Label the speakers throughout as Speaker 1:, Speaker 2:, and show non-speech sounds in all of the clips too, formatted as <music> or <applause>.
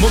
Speaker 1: 梦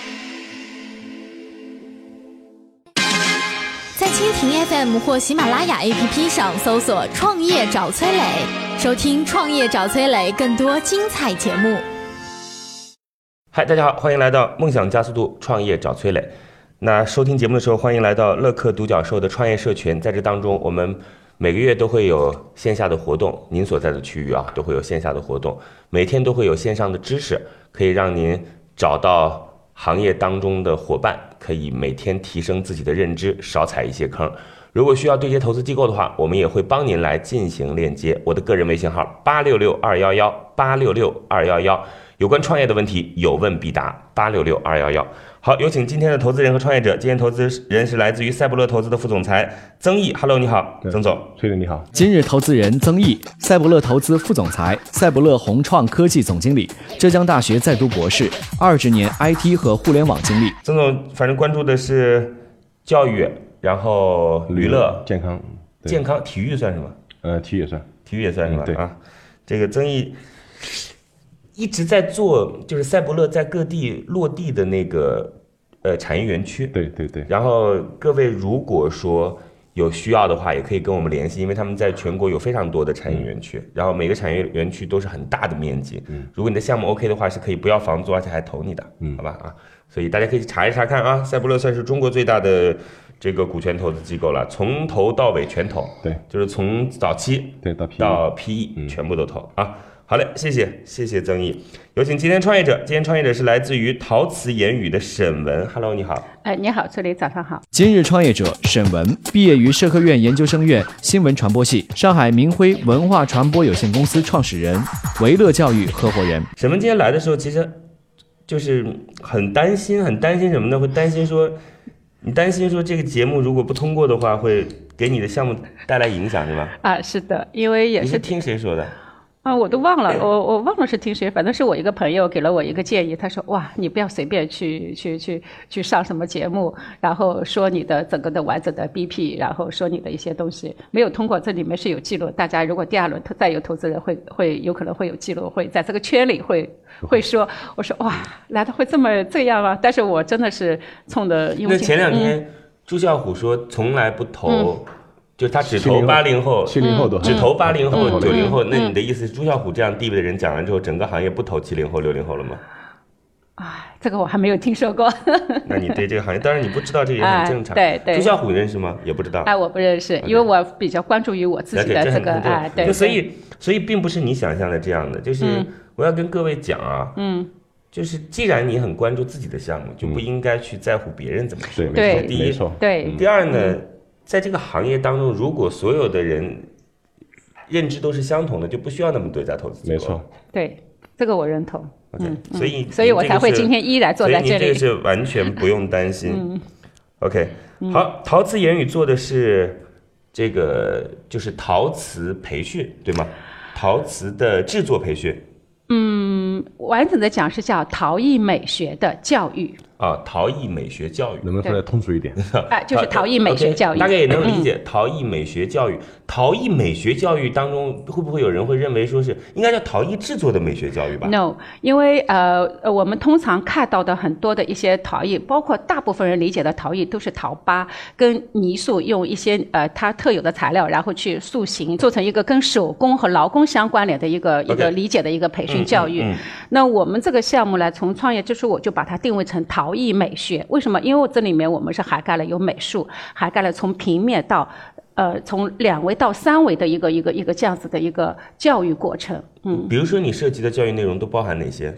Speaker 2: 在蜻蜓 FM 或喜马拉雅 APP 上搜索“创业找崔磊”，收听“创业找崔磊”更多精彩节目。
Speaker 3: 嗨，大家好，欢迎来到梦想加速度创业找崔磊。那收听节目的时候，欢迎来到乐客独角兽的创业社群，在这当中，我们每个月都会有线下的活动，您所在的区域啊都会有线下的活动，每天都会有线上的知识，可以让您找到行业当中的伙伴，可以每天提升自己的认知，少踩一些坑。如果需要对接投资机构的话，我们也会帮您来进行链接。我的个人微信号八六六二幺幺八六六二幺幺，有关创业的问题有问必答八六六二幺幺。好，有请今天的投资人和创业者。今天投资人是来自于赛博乐投资的副总裁曾毅。Hello，你好，
Speaker 4: 对
Speaker 3: 曾总。
Speaker 4: 崔总你好，
Speaker 5: 今日投资人曾毅，赛博乐投资副总裁，赛博乐宏创科技总经理，浙江大学在读博士，二十年 IT 和互联网经历。
Speaker 3: 曾总，反正关注的是教育，然后娱乐、
Speaker 4: 健康，对
Speaker 3: 健康、体育算什么？
Speaker 4: 呃体育也算，
Speaker 3: 体育也算是吧？
Speaker 4: 嗯对
Speaker 3: 啊，这个曾毅一直在做，就是赛博乐在各地落地的那个呃产业园区。
Speaker 4: 对对对，
Speaker 3: 然后各位如果说有需要的话，也可以跟我们联系，因为他们在全国有非常多的产业园区，
Speaker 4: 嗯
Speaker 3: 然后每个产业园区都是很大的面积。嗯，如果你的项目 OK 的话，是可以不要房租，而且还投你的。嗯，好吧啊，所以大家可以去查一查看啊，赛博乐算是中国最大的这个股权投资机构了，从头到尾全投。
Speaker 4: 对
Speaker 3: 就是从早期
Speaker 4: 对到 P
Speaker 3: 到 PE，、全部都投啊。好嘞，谢谢谢谢曾毅，有请今天创业者。今天创业者是来自于陶瓷言语的沈文。Hello，你好。
Speaker 6: 哎，你好，崔磊，早上好。
Speaker 5: 今日创业者沈文毕业于社科院研究生院新闻传播系，上海明辉文化传播有限公司创始人，维乐教育合伙人。
Speaker 3: 沈文今天来的时候，其实就是很担心，很担心什么呢？会担心说，你担心说这个节目如果不通过的话，会给你的项目带来影响，是吧？
Speaker 6: 啊，是的，因为也
Speaker 3: 你是
Speaker 6: 是
Speaker 3: 听谁说的？
Speaker 6: 啊，我都忘了，我我忘了是听谁，反正是我一个朋友给了我一个建议，他说哇，你不要随便去去去去上什么节目，然后说你的整个的完整的 BP，然后说你的一些东西没有通过，这里面是有记录，大家如果第二轮投再有投资人会会有可能会有记录，会在这个圈里会会说，我说哇，难道会这么这样吗？但是我真的是冲着因为
Speaker 3: 那前两
Speaker 6: 嗯
Speaker 3: 天朱啸虎说从来不投，就是他只
Speaker 4: 70后
Speaker 3: 投八零后，
Speaker 4: 七零后都
Speaker 3: 只投八零后、
Speaker 4: 嗯
Speaker 3: 九零后。那你的意思是朱啸虎这样地位的人讲完之后，整个行业不投七零后、六零后了吗？
Speaker 6: 啊，这个我还没有听说过。
Speaker 3: 那你对这个行业，当然你不知道这也很正常。
Speaker 6: 哎对对
Speaker 3: 朱啸虎你认识吗？也不知道。
Speaker 6: 哎，我不认识，因为我比较关注于我自
Speaker 3: 啊了
Speaker 6: 己
Speaker 3: 解，
Speaker 6: 的
Speaker 3: 这
Speaker 6: 这
Speaker 3: 很
Speaker 6: 个
Speaker 3: 很重要
Speaker 6: 哎，对，
Speaker 3: 就所
Speaker 6: 对嗯
Speaker 3: 以所以并不是你想象的这样的，就是我要跟各位讲啊，嗯，就是既然你很关注自己的项目，就
Speaker 4: 嗯
Speaker 3: 不应该去在乎别人怎么说
Speaker 4: 对。
Speaker 6: 对
Speaker 4: 没错
Speaker 3: 第一
Speaker 4: 没错，
Speaker 6: 对
Speaker 3: 第二呢，在这个行业当中，如果所有的人认知都是相同的，就不需要那么多家投资机构。
Speaker 4: 没错，
Speaker 6: 对，这个我认同。
Speaker 3: OK，所以
Speaker 6: 嗯所以我
Speaker 3: 您这个
Speaker 6: 才会
Speaker 3: 是
Speaker 6: 今天依然坐在这
Speaker 3: 所以您
Speaker 6: 里嗯
Speaker 3: 这个是完全不用担心。OK，好，陶瓷言语做的是这个，就是陶瓷培训，对吗？陶瓷的制作培训
Speaker 6: 完整的讲是叫陶艺美学的教育，
Speaker 3: 啊，陶艺美学教育，
Speaker 4: 能不能说的通俗一点？
Speaker 6: 哎，就是陶艺美学教
Speaker 3: 呃 OK，
Speaker 6: 育嗯
Speaker 3: 大。概也能理解陶艺美学教育。陶艺美学教育当中，会不会有人会认为说是应该叫陶艺制作的美学教育吧？
Speaker 6: No，因为呃，呃我们通常看到的很多的一些陶艺，包括大部分人理解的陶艺，都是陶吧跟泥塑用一些呃它特有的材料，然后去塑形，做成一个跟手工和劳工相关联的一个一
Speaker 3: OK
Speaker 6: 个理解的一个培
Speaker 3: 嗯
Speaker 6: 训教育。
Speaker 3: 嗯嗯
Speaker 6: 那我们这个项目呢，从创业之初我就把它定位成陶艺美学。为什么？因为这里面我们是涵盖了有美术，涵盖了从平面到呃从两维到三维的一个一个一个这样子的一个教育过程。嗯。
Speaker 3: 比如说你涉及的教育内容都包含哪些？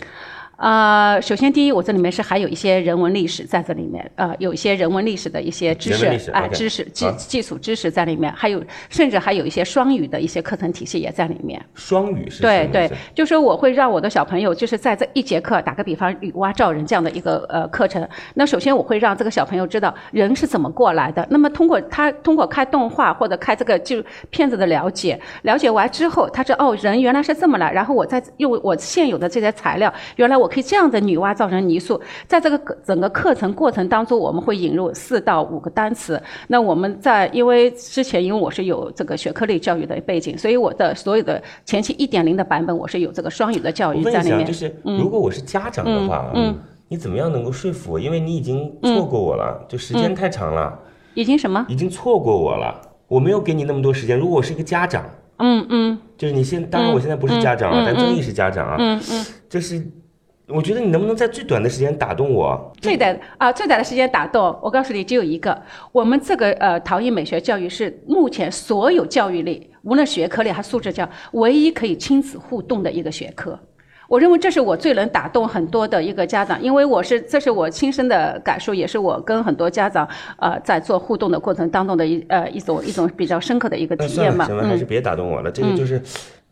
Speaker 6: 呃，首先第一，我这里面是还有一些人文历史在这里面，呃，有一些人文历史的一些知识
Speaker 3: 人文历史
Speaker 6: 啊、
Speaker 3: OK
Speaker 6: 知识基
Speaker 3: 好
Speaker 6: 基础知识在里面，还有甚至还有一些双语的一些课程体系也在里面。
Speaker 3: 双语是
Speaker 6: 对
Speaker 3: 什么意
Speaker 6: 对
Speaker 3: 思，
Speaker 6: 就说我会让我的小朋友，就是在这一节课，打个比方，女娲造人这样的一个呃课程。那首先我会让这个小朋友知道人是怎么过来的。那么通过他通过看动画或者看这个就是片子的了解，了解完之后，他知道哦，人原来是这么来。然后我再用我现有的这些材料，原来我可以这样的女娲造成泥塑。在这个整个课程过程当中，我们会引入四到五个单词。那我们在因为之前因为我是有这个学科类教育的背景，所以我的所有的前期一点零的版本，我是有这个双语的教
Speaker 3: 我
Speaker 6: 育
Speaker 3: 问
Speaker 6: 在
Speaker 3: 一
Speaker 6: 里
Speaker 3: 下，
Speaker 6: 面。嗯
Speaker 3: 就是如果我是家长的话，嗯，你怎么样能够说服我？因为你已经
Speaker 6: 嗯
Speaker 3: 错过我了，就时间太长了，
Speaker 6: 已经什么？
Speaker 3: 已经错过我了，我没有给你那么多时间。如果我是一个家长，
Speaker 6: 嗯嗯
Speaker 3: 就是你现，当然我现在不是家长啊，但综艺是家长啊，
Speaker 6: 嗯嗯，
Speaker 3: 就是我觉得你能不能在最短的时间打动我？
Speaker 6: 最短啊最短的时间打动我告诉你只有一个，我们这个呃陶艺美学教育是目前所有教育类，无论学科类还是素质教，唯一可以亲子互动的一个学科。我认为这是我最能打动很多的一个家长，因为我是这是我亲身的感受，也是我跟很多家长呃在做互动的过程当中的一呃一种一种比较深刻的一个
Speaker 3: 那
Speaker 6: 体验
Speaker 3: 算了，
Speaker 6: 嘛。
Speaker 3: 行了，还是
Speaker 6: 嗯，
Speaker 3: 别打动我了。这个就是，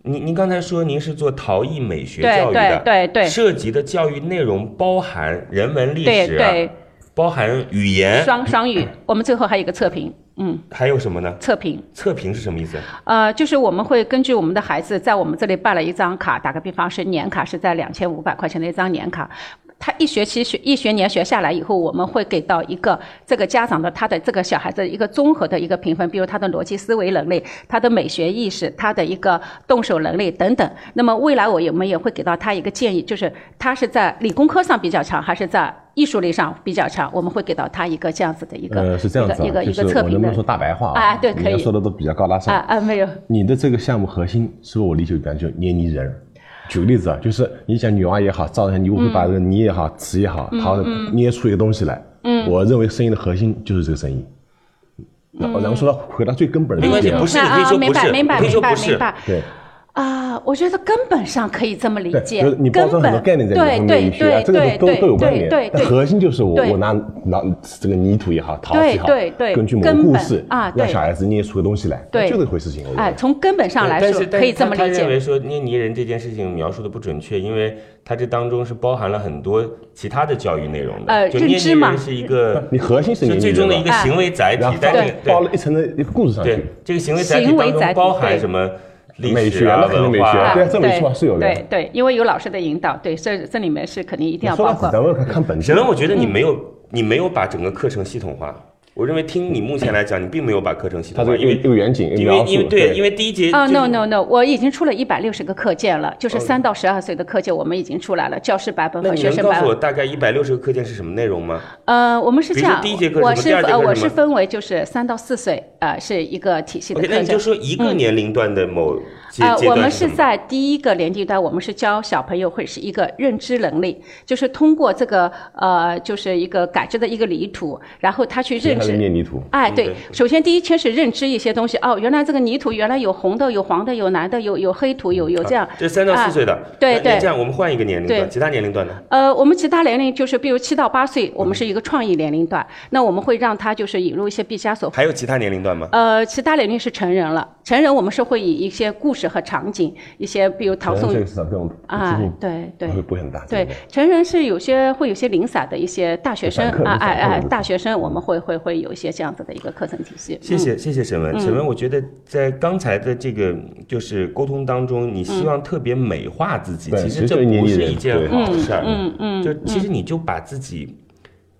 Speaker 3: 您您刚才说您是做陶艺美学
Speaker 6: 对
Speaker 3: 教育的，
Speaker 6: 对对对
Speaker 3: 涉及的教育内容包含人文历
Speaker 6: 对
Speaker 3: 史、啊，
Speaker 6: 对，
Speaker 3: 包含语言，
Speaker 6: 双双语，我们最后还有一个测评，嗯，
Speaker 3: 还有什么呢？
Speaker 6: 测评。
Speaker 3: 测评是什么意思？
Speaker 6: 呃，就是我们会根据我们的孩子在我们这里办了一张卡，打个比方是年卡，是在两千五百块钱的一张年卡。他一学期学一学年学下来以后，我们会给到一个这个家长的他的这个小孩子一个综合的一个评分，比如他的逻辑思维能力、他的美学意识、他的一个动手能力等等。那么未来我也我们也会给到他一个建议，就是他是在理工科上比较强，还是在艺术类上比较强，我们会给到他一个这样子的一个
Speaker 4: 呃，是这样子
Speaker 6: 一个
Speaker 4: 啊，
Speaker 6: 一个
Speaker 4: 就
Speaker 6: 一
Speaker 4: 是
Speaker 6: 个测
Speaker 4: 我能
Speaker 6: 评
Speaker 4: 不
Speaker 6: 的
Speaker 4: 能说大白话
Speaker 6: 啊对可以
Speaker 4: 你要说的都比较高大
Speaker 6: 啊
Speaker 4: 上。
Speaker 6: 啊没有。
Speaker 4: 你的这个项目核心是不是我理解里边就捏泥人？举个例子啊，就是你想女娲也好，造成你我会把这个泥也好、瓷也好，陶的捏出一个东西来。嗯，我认为生意的核心就是这个生意。然后然后说到回到最根本的
Speaker 3: 没
Speaker 4: 一
Speaker 3: 关系，
Speaker 4: 点啊，
Speaker 3: 不是，
Speaker 6: 那
Speaker 3: 你可以
Speaker 6: 啊
Speaker 3: 说
Speaker 6: 明
Speaker 3: 不
Speaker 6: 白
Speaker 3: 是，
Speaker 6: 明白
Speaker 3: 你可以说
Speaker 6: 明白
Speaker 3: 不是
Speaker 6: 明。白
Speaker 4: 对。
Speaker 6: 啊，我觉得根本上可以这么理
Speaker 4: 对，
Speaker 6: 解，
Speaker 4: 就是你包装很多概念在里
Speaker 6: 对对
Speaker 4: 面
Speaker 6: 对
Speaker 4: 去啊，这个
Speaker 6: 对
Speaker 4: 都
Speaker 6: 对
Speaker 4: 都有关联
Speaker 6: 对。对
Speaker 4: 但核心就是我
Speaker 6: 对
Speaker 4: 我拿拿这个泥土也好，陶瓷也好，
Speaker 6: 对对
Speaker 4: 根据某
Speaker 6: 根
Speaker 4: 个故
Speaker 6: 本
Speaker 4: 事
Speaker 6: 啊
Speaker 4: 让
Speaker 6: 对
Speaker 4: 小孩子捏出个东西来，
Speaker 6: 对
Speaker 4: 就这回事情。我
Speaker 6: 哎，
Speaker 4: 认为
Speaker 6: 从根本上来
Speaker 3: 但
Speaker 6: 说
Speaker 3: 是，但
Speaker 6: 可以
Speaker 3: 是
Speaker 6: 这
Speaker 3: 他
Speaker 6: 么
Speaker 3: 他
Speaker 6: 理
Speaker 3: 认
Speaker 6: 解
Speaker 3: 为。说捏泥人这件事情描述的不准确，因为他这当中是包含了很多其他的教育内容的。
Speaker 6: 呃
Speaker 3: 就
Speaker 6: 认
Speaker 3: 捏
Speaker 6: 知
Speaker 3: 泥
Speaker 6: 嘛嗯
Speaker 3: 人是一个，
Speaker 4: 你核心是
Speaker 3: 是
Speaker 4: 捏泥
Speaker 3: 最
Speaker 4: 人
Speaker 3: 终的
Speaker 4: 嘛
Speaker 3: 一个行为载体
Speaker 4: 嗯然后，
Speaker 3: 但
Speaker 4: 包
Speaker 3: 是
Speaker 4: 包了一层的一个故事上
Speaker 3: 对
Speaker 4: 去
Speaker 3: 对。这个行为载体
Speaker 6: 行为
Speaker 3: 当中
Speaker 6: 载体
Speaker 3: 包含
Speaker 6: 对
Speaker 3: 什么历
Speaker 4: 美
Speaker 3: 史
Speaker 4: 学
Speaker 3: 啊、
Speaker 4: 那肯定
Speaker 3: 文
Speaker 4: 美
Speaker 3: 化
Speaker 4: 学
Speaker 3: 啊
Speaker 4: 对啊这没错是有的
Speaker 6: 对对，因为有老师的引导，对，这这里面是肯定一定要
Speaker 4: 说
Speaker 6: 包
Speaker 4: 到此，
Speaker 6: 括。
Speaker 4: 咱们看看本质
Speaker 3: 沈。文，我觉得你
Speaker 6: 嗯
Speaker 3: 没有、你没有把整个课程系统化。我认为听你目前来讲，你并没有把课程系
Speaker 4: 它
Speaker 3: 统
Speaker 4: 这
Speaker 3: 化，
Speaker 4: 个
Speaker 3: 因
Speaker 4: 有有
Speaker 3: 为
Speaker 4: 远景，有
Speaker 3: 因
Speaker 4: 描
Speaker 3: 为
Speaker 4: 述
Speaker 3: 因为对，因为第一节
Speaker 6: 啊、
Speaker 3: 就是
Speaker 6: no no no，我已经出了一百六十个课件了，
Speaker 4: 哦
Speaker 6: 就是三到十二岁的课件，我们已经出来了，教师版本
Speaker 3: 那
Speaker 6: 和
Speaker 3: 你
Speaker 6: 学
Speaker 3: 能
Speaker 6: 生
Speaker 3: 告
Speaker 6: 版
Speaker 3: 诉我
Speaker 6: 本。
Speaker 3: 大概一百六十个课件是什么内容吗？
Speaker 6: 呃，我们是
Speaker 3: 比
Speaker 6: 这
Speaker 3: 如说
Speaker 6: 样，
Speaker 3: 第一节课是
Speaker 6: 我
Speaker 3: 什么第
Speaker 6: 是
Speaker 3: 二节
Speaker 6: 呃，
Speaker 3: 课
Speaker 6: 我
Speaker 3: 是
Speaker 6: 是
Speaker 3: 什么
Speaker 6: 分为就是三到四岁，呃，是一个体系的
Speaker 3: OK，那
Speaker 6: 课
Speaker 3: 你就
Speaker 6: 件。
Speaker 3: 说一个年龄段的某阶
Speaker 6: 呃，
Speaker 3: 阶
Speaker 6: 我
Speaker 3: 段
Speaker 6: 们
Speaker 3: 是
Speaker 6: 是
Speaker 3: 什么？
Speaker 6: 在第一个年纪段，我们是教小朋友会是一个认知能力，就是通过这个呃，就是一个感知的一个理图，然后他去认
Speaker 4: 还是捏
Speaker 6: 知。
Speaker 4: 泥土。
Speaker 6: 哎，
Speaker 3: 嗯对
Speaker 6: 对，首先第一先是认知一些东西，哦，原来这个泥土原来有红的，有黄的，有蓝的，有有黑土，有有这样。
Speaker 3: 啊
Speaker 6: 啊
Speaker 3: 这三到四岁的，
Speaker 6: 对
Speaker 3: 那
Speaker 6: 对
Speaker 3: 那这样我们换一个年龄段，
Speaker 6: 对
Speaker 3: 其他年龄段呢？
Speaker 6: 呃，我们其他年龄就是，比如七到八岁，我们是一个创意年龄段，那我们会让他就是引入一些毕加索
Speaker 3: 还有其他年龄段吗？
Speaker 6: 呃，其他年龄是成人了，成人我们是会以一些故事和场景，一些比如唐
Speaker 4: 可能
Speaker 6: 宋
Speaker 4: 这个市场不用
Speaker 6: 啊
Speaker 4: 几乎，
Speaker 6: 对对
Speaker 4: 不会不会很大。
Speaker 6: 对
Speaker 4: 这个，
Speaker 6: 成人是有些会有些零散的一些大学生
Speaker 4: 散客
Speaker 6: 啊，
Speaker 4: 零散
Speaker 6: 哎
Speaker 4: 客
Speaker 6: 哎，
Speaker 4: 的
Speaker 6: 大学生我们会会会有一些这样子的一个课程体系。
Speaker 3: 谢
Speaker 6: 嗯。
Speaker 3: 谢谢谢沈文，沈文，我觉得在刚才的这个就是沟通当中，你希望特别美化自己，
Speaker 4: 对
Speaker 3: 其
Speaker 4: 其
Speaker 3: 实
Speaker 4: 实
Speaker 3: 这
Speaker 4: 就是
Speaker 3: 不
Speaker 4: 你
Speaker 3: 是
Speaker 4: 人
Speaker 3: 一件
Speaker 4: 对
Speaker 3: 好事儿，
Speaker 6: 嗯嗯，
Speaker 3: 就其实你就把自己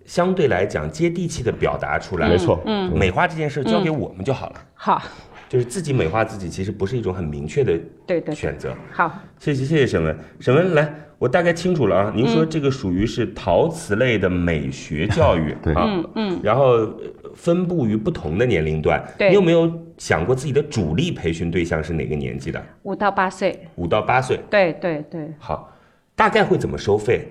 Speaker 3: 相对来讲接地气的表达出来，
Speaker 4: 没错嗯
Speaker 3: 美化这件事交给我们就好了，
Speaker 6: 嗯好，
Speaker 3: 就是自己美化自己，其实不是一种很明确的
Speaker 6: 对对，对
Speaker 3: 选择。
Speaker 6: 好，
Speaker 3: 谢谢谢谢沈文，沈文来，我大概清楚了啊。您
Speaker 6: 嗯
Speaker 3: 说这个属于是陶瓷类的美学教育
Speaker 4: <laughs> 对
Speaker 3: 啊，嗯嗯，然后呃分布于不同的年龄段。
Speaker 6: 对
Speaker 3: 你有没有想过自己的主力培训对象是哪个年纪的？
Speaker 6: 五到八岁，
Speaker 3: 五到八岁。
Speaker 6: 对对对，
Speaker 3: 好，大概会怎么收费？